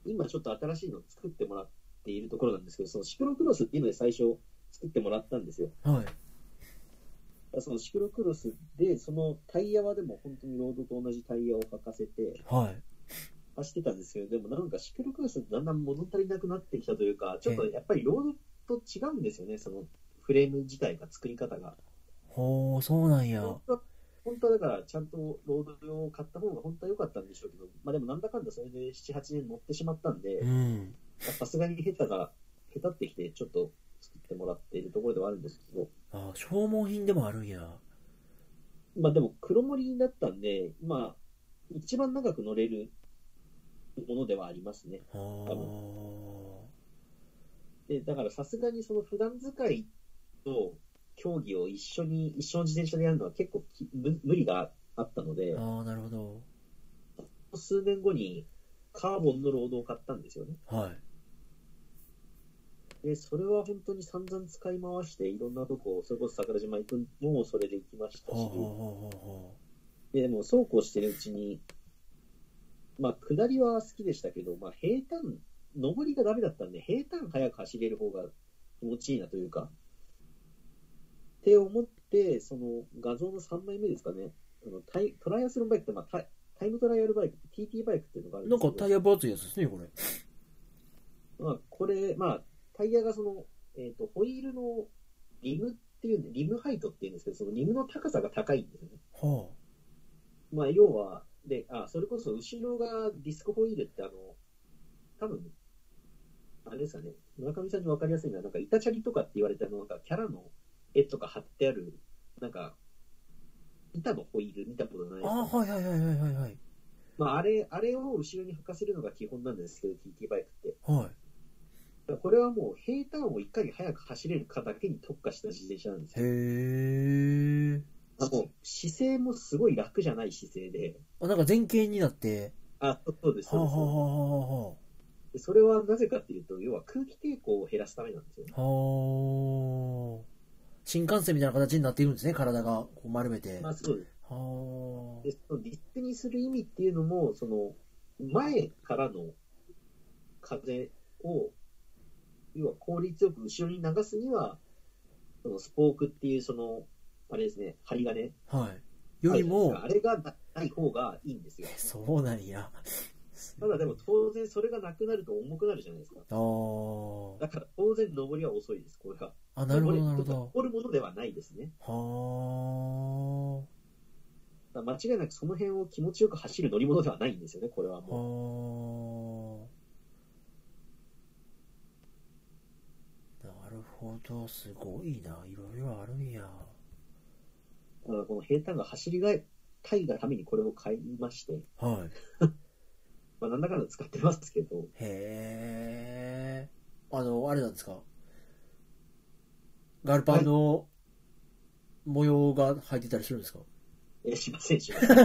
今ちょっと新しいのを作ってもらっているところなんですけど、そのシクロクロスっていうので最初作ってもらったんですよ。はい。そのシクロクロスで、そのタイヤはでも本当にロードと同じタイヤを履かせてはい。走ってたんですけど、でもなんかシクロクロスってだんだん物足りなくなってきたというか、ちょっとやっぱりロードと違うんですよね、そのフレーム自体が、作り方が。ほう、そうなんや。本当は本当はだから、ちゃんとロード用を買った方が本当は良かったんでしょうけど、まあでもなんだかんだそれで7、8年乗ってしまったんで、うん。さすがに下手が、下手ってきて、ちょっと作ってもらっているところではあるんですけど、あ消耗品でもあるんや。まあでも黒森になったんで、まあ、一番長く乗れるものではありますね。あーで、だからさすがにその普段使いと競技を一緒に、一緒の自転車でやるのは結構き無無理があったのであ、ー、なるほど。数年後にカーボンのロードを買ったんですよね。はい。で、それは本当に散々使い回して、いろんなとこ、それこそ桜島行くのもそれで行きましたし、ほうほうほうほうほで、でもそうこうしてるうちに、まあ、下りは好きでしたけど、まあ、平坦、上りがダメだったんで、平坦早く走れる方が気持ちいいなというか、って思って、その画像の3枚目ですかね、あのタイトライアスロンバイクって、まあタイ、タイムトライアルバイク、TT バイクっていうのがあるう。んなでんすけかど、タイヤ分厚いやつですね、これ。まあ、これ、まあ、タイヤがその、えっ、と、ホイールのリムっていうんで、リムハイトっていうんですけど、そのリムの高さが高いんですよね。はまあ、要は、で、あ、それこそ後ろがディスクホイールってあの、多分、あれですかね、村上さんに分かりやすいのは、なんか、板チャリとかって言われてあの、なんか、キャラの絵とか貼ってある、なんか、板のホイール見たことないあ。あーはいはいはいはいはいはい。まあ、あれ、あれを後ろに履かせるのが基本なんですけど、TT バイクって。はだい。からこれはもう平坦をいかに速く走れるかだけに特化した自転車なんですへよ。え。あもう姿勢もすごい楽じゃない姿勢で、あ、なんか前傾になって。あ、そうそうです、はあ、そうはです。あはあはでそれはなぜかっていうと、要は空気抵抗を減らすためなんですよね。あはあ。はあ。新幹線みたいな形になっているんですね、体がこう丸めて。まあはそうです。あ。はで、そのリップにする意味っていうのも、その、前からの風を、要は効率よく後ろに流すには、そのスポークっていうその、あれですね、針金。い。よりも、あれがなない方がいいんですよ。そうなんや。ただでも当然それがなくなると重くなるじゃないですか。あだから当然上りは遅いです、これが。あ。あ、なるほど、な上るほりど。とか上るものではないですね。はだから間違いなくその辺を気持ちよく走る乗り物ではないんですよね、これはあ。もう。はあ。なるほど、すごいな。いろいろあるんや。だからこの平坦が走りがいたいがためにこれを買いまして、はい。まあ、なんだかんだ使ってますけど、へえ。あの、あれなんですかガルパンの模様が入ってたりするんですかえしません、し ません。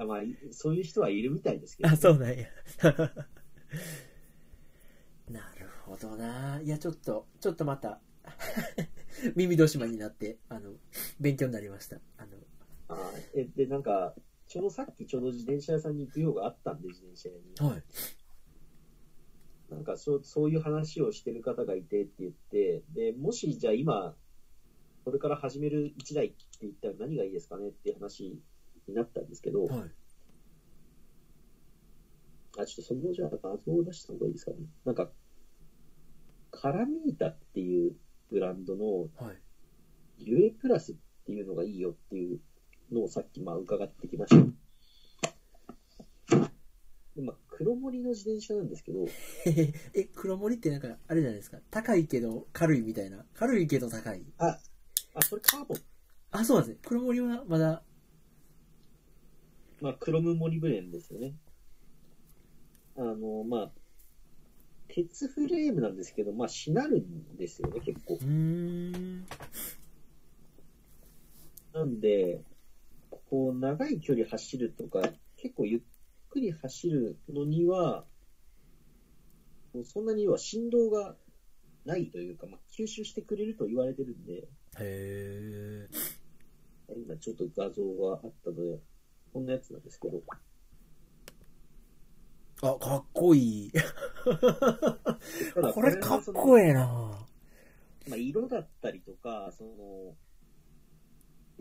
あまあ、いそういう人はいるみたいですけど、そうなんや。 なるほどな。いや、ちょっと、ちょっとまた、 耳戸島になって、あの、勉強になりました。あの、あーえで、なんか、ちょうどさっきちょうど自転車屋さんに行くようがあったんで、自転車屋に。はい。なんかそう、そういう話をしてる方がいてって言って、で、もしじゃあ今、これから始める1台って言ったら何がいいですかねって話になったんですけど、はい。あ、ちょっとそのじゃあ画像を出した方がいいですかね。なんか、カラミータっていうブランドのはい。 ゆえプラスっていうのがいいよっていうのをさっきまあ伺ってきました。でまあ、黒森の自転車なんですけど、へへえ、黒森ってなんか、あれじゃないですか。高いけど軽いみたいな。軽いけど高い。あ、これカーボン。あ、そうなんですね。黒森はまだ、まあ、クロムモリブレンですよね。あの、まあ、鉄フレームなんですけど、まあ、しなるんですよね、結構う。ーん。なんで、こう、長い距離走るとか、結構ゆっくり走るのには、こうそんなには振動がないというか、まあ、吸収してくれると言われてるんで、へえ。今ちょっと画像があったので、こんなやつなんですけど、あ、かっこいい。ただこれかっそのこええな。まあ、色だったりとか、その、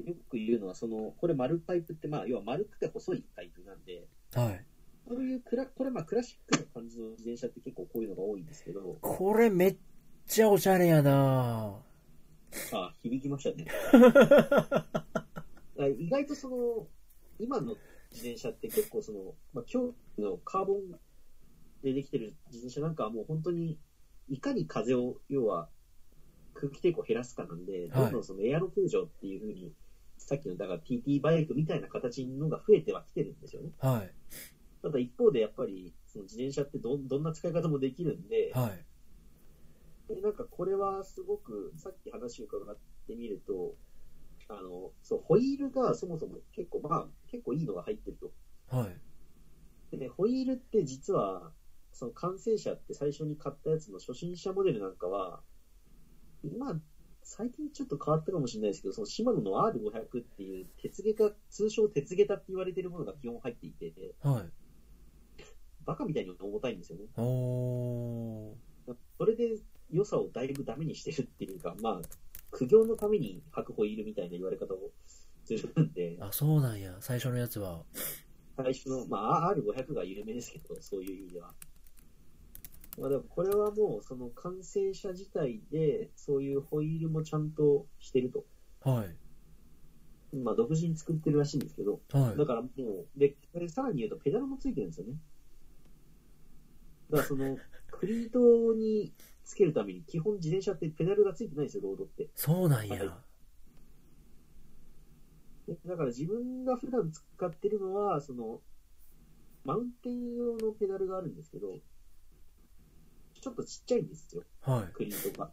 よく言うのは、その、これ丸パイプって、まあ、要は丸くて細いパイプなんで、はい。そういうクラ、これまあクラシックな感じの自転車って結構こういうのが多いんですけど、これめっちゃおしゃれやな。あ、響きま したね。あ意外とその、今の自転車って結構その、まあ、今日のカーボンでできてる自転車なんかはもう本当に、いかに風を、要は、空気抵抗を減らすかなんで、はいどんどんそのエアロ形状っていう風に、さっきのだから TT バイクみたいな形のが増えてはきてるんですよね。はただ一方でやっぱり、その自転車ってどんどんな使い方もできるんでい。、はい。でなんかこれはすごく、さっき話を伺ってみると、あの、そう、ホイールがそもそも結構、まあ、結構いいのが入ってると。はい。で、ね、ホイールって実は、その完成車って最初に買ったやつの初心者モデルなんかは、今、最近ちょっと変わったかもしれないですけど、そのシマノの R500 っていう鉄下駄、通称鉄下駄って言われてるものが基本入っていて、はバカみたいに重たいんですよね。い。おー。それで良さをだいぶダメにしてるっていうか、まあ、苦行のために白鵬いるみたいな言われ方をするんで、あ、そうなんや。最初のやつは。最初の、まあ、R500 が有名ですけど、そういう意味では。まあ、でもこれはもう、その完成車自体で、そういうホイールもちゃんとしてると。はい。まあ、独自に作ってるらしいんですけど、はいだ。からもう、で、さらに言うと、ペダルもついてるんですよね。だからその、クリートにつけるために、基本自転車ってペダルがついてないんですよ、ロードって。そうなんや。はいでだから自分が普段使ってるのは、その、マウンテン用のペダルがあるんですけど、ちょっとちっちゃいんですよ、はい。栗とか。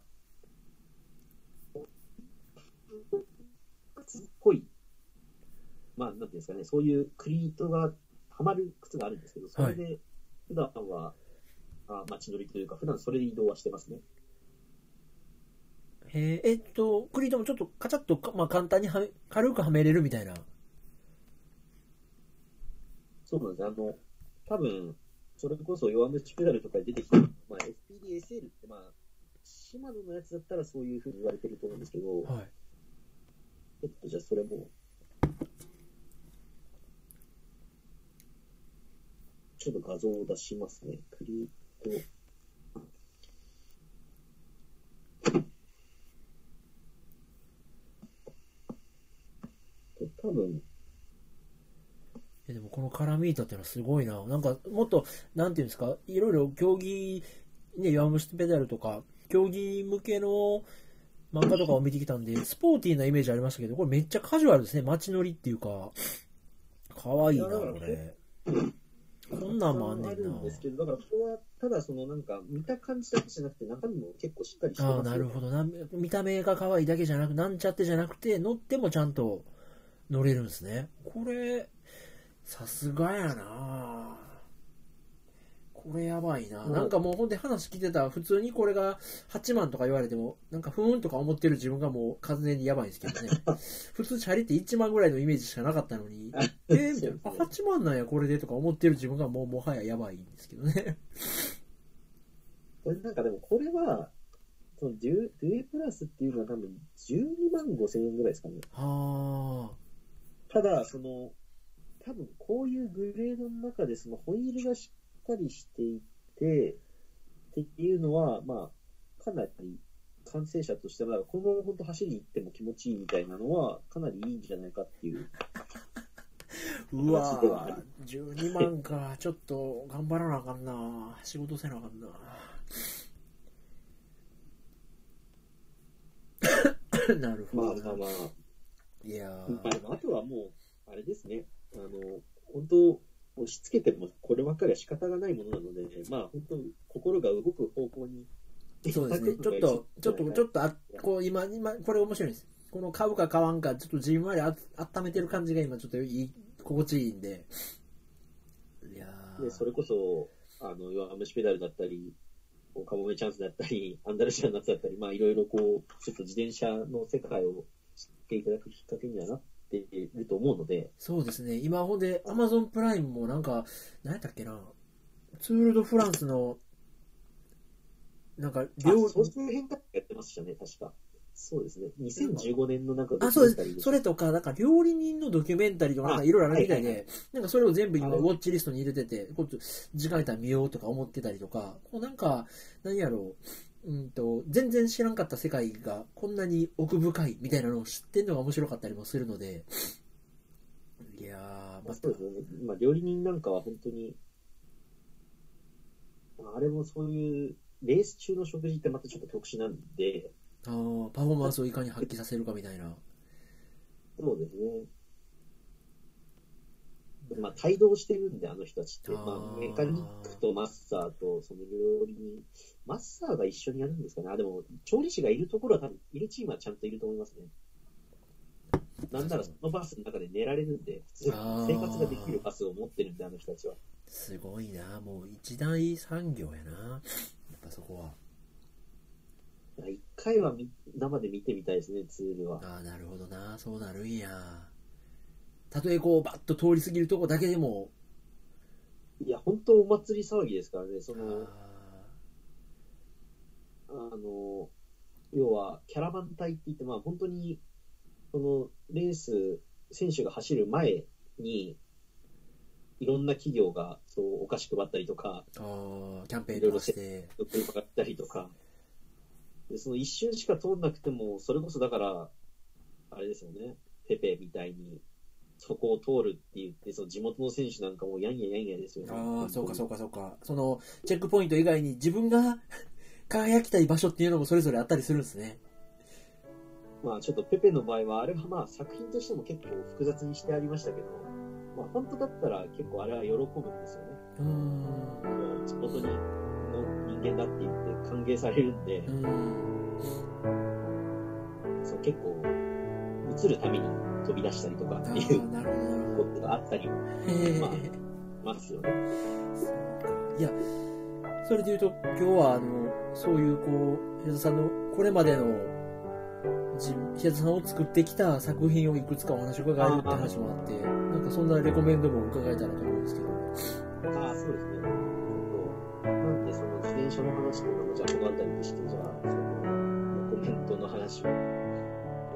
靴っぽい、まあ、なんていうんですかね、そういうクリートがはまる靴があるんですけど、それで、普段は、あ街乗りというか、普段それで移動はしてますね。えーえっと、クリートもちょっとカチャッとか、まあ、簡単にはめ、軽くはめれるみたいな。そうなんです。あの、多分、それこそ弱虫ペダルとかに出てきた、まあ、SPDSL って、まあ、シマノのやつだったらそういうふうに言われてると思うんですけど、はい。ちょっとじゃあそれも、ちょっと画像を出しますね。クリート。多分、えでもこのカラミータってのはすごいな。なんか、もっと、なんていうんですか、いろいろ競技、ね、弱虫ペダルとか、競技向けの漫画とかを見てきたんで、スポーティーなイメージありましたけど、これめっちゃカジュアルですね。街乗りっていうか、かわいいな、これ。こんなんもあんねあんるな。んですけど、だからこれは、ただそのなんか、見た感じだけじゃなくて、中身も結構しっかりしてますあよあ、なるほどな。見た目が可愛いだけじゃなく、なんちゃってじゃなくて、乗ってもちゃんと乗れるんですね。これ、さすがやな。これやばいな。うんなんかもうほんで話聞いてたら、普通にこれが8万とか言われても、なんかふーんとか思ってる自分がもう完全にやばいんですけど ね。普通チャリって1万ぐらいのイメージしかなかったの に、えーみたいな、あ8万なんやこれでとか思ってる自分がもうもはややばいんですけどね。これなんかでも、これは、その 10, 10プラスっていうのは多分12万5千円ぐらいですかね。はあ。ただ、その、多分こういうグレードの中で、そのホイールがしっかりしていて、っていうのは、まあ、かなり完成者としては、このまま本当走りに行っても気持ちいいみたいなのは、かなりいいんじゃないかっていう。うわ話ではあぁ、12万か。ちょっと頑張らなあかんな。仕事せなあかんな。な るほまあどまあまな。あ。いやまあでーもあとはもう、あれですね。あの、本当押し付けてもこればっかりは仕方がないものなので、まあ本当心が動く方向に。そうですね。ちょっと、ちょっと、ちょっとあ、こう今、今、これ面白いです。この買うか買わんか、ちょっとじんわりあ温めてる感じが今ちょっといい、心地いいんで。いやーで、それこそ、あの、弱虫ペダルだったり、カモメチャンスだったり、アンダルシアナッツだったり、まあ、いろいろこう、ちょっと自転車の世界を知っていただくきっかけにはなっていると思うので、そうですね、今ほんで、アマゾンプライムもなんか、何やったっけな、ツール・ド・フランスの、なんか、あ料そういう変化やってましたね、確か。そうですね。2015年の中あ、そうです。そそれれとか、なんか料理人のドキュメンタリーとか、なんかいろいろあるみたいはいはいで、なんかそれを全部今、あのウォッチリストに入れてて、こっち、時間いたら見ようとか思ってたりとか、こうなんか、何やろう、うんと、全然知らんかった世界がこんなに奥深いみたいなのを知ってんのが面白かったりもするので、いやー、またそうですね。まあ、料理人なんかは本当に、まああれもそういう、レース中の食事ってまたちょっと特殊なんで、あーパフォーマンスをいかに発揮させるかみたいな。そうですね。まあ、帯同してるんで、あの人たちって。あーまあ、メカニックとマスターと、その料理人。マスターが一緒にやるんですかね。あ、でも、調理師がいるところは多分、いるチームはちゃんといると思いますね。なんなら、そのバスの中で寝られるんで、普通にあー生活ができるバスを持ってるんで、あの人たちは。すごいな、もう一大産業やな、やっぱそこは。だから一回は見生で見てみたいですね、ツールは。ああ、なるほどな、そうなるんや。たとえこう、バッと通り過ぎるとこだけでも、いや、本当お祭り騒ぎですからね、そあの、あの、要は、キャラバン隊って言って、まあ本当に、その、レース、選手が走る前に、いろんな企業が、そう、お菓子配ったりとか、ーあー、キャンペーンとかして、車買ったりとか、で、その一瞬しか通んなくても、それこそだから、あれですよね、ペペみたいに、そこを通るって言って、その地元の選手なんかもやんややんやですよね。ああ、そうかそうか。かそうか、その、チェックポイント以外に自分が 輝きたい場所っていうのもそれぞれあったりするんですね。まあちょっとペペの場合は、あれはまあ作品としても結構複雑にしてありましたけど、まあ本当だったら結構あれは喜ぶんですよね。うーん、もう地元にの人人間だって言って歓迎されるんで、うんそう結構、映るために飛び出したりとかあっていうーなるほどなるほこどとがあったりもへーましますよね。いやそれでいうと今日はあのそういうこう平田さんのこれまでの自平田さんを作ってきた作品をいくつかお話を伺えるって話もあってなんかそんなレコメンドも伺えたらと思うんですけどああ、そうですね。えっと、なんでその自転車の話とかもじゃあこのあたりにして、じゃあ、その、コメントの話を、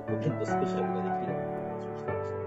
コメントスペシャルができるようにお話をしてました。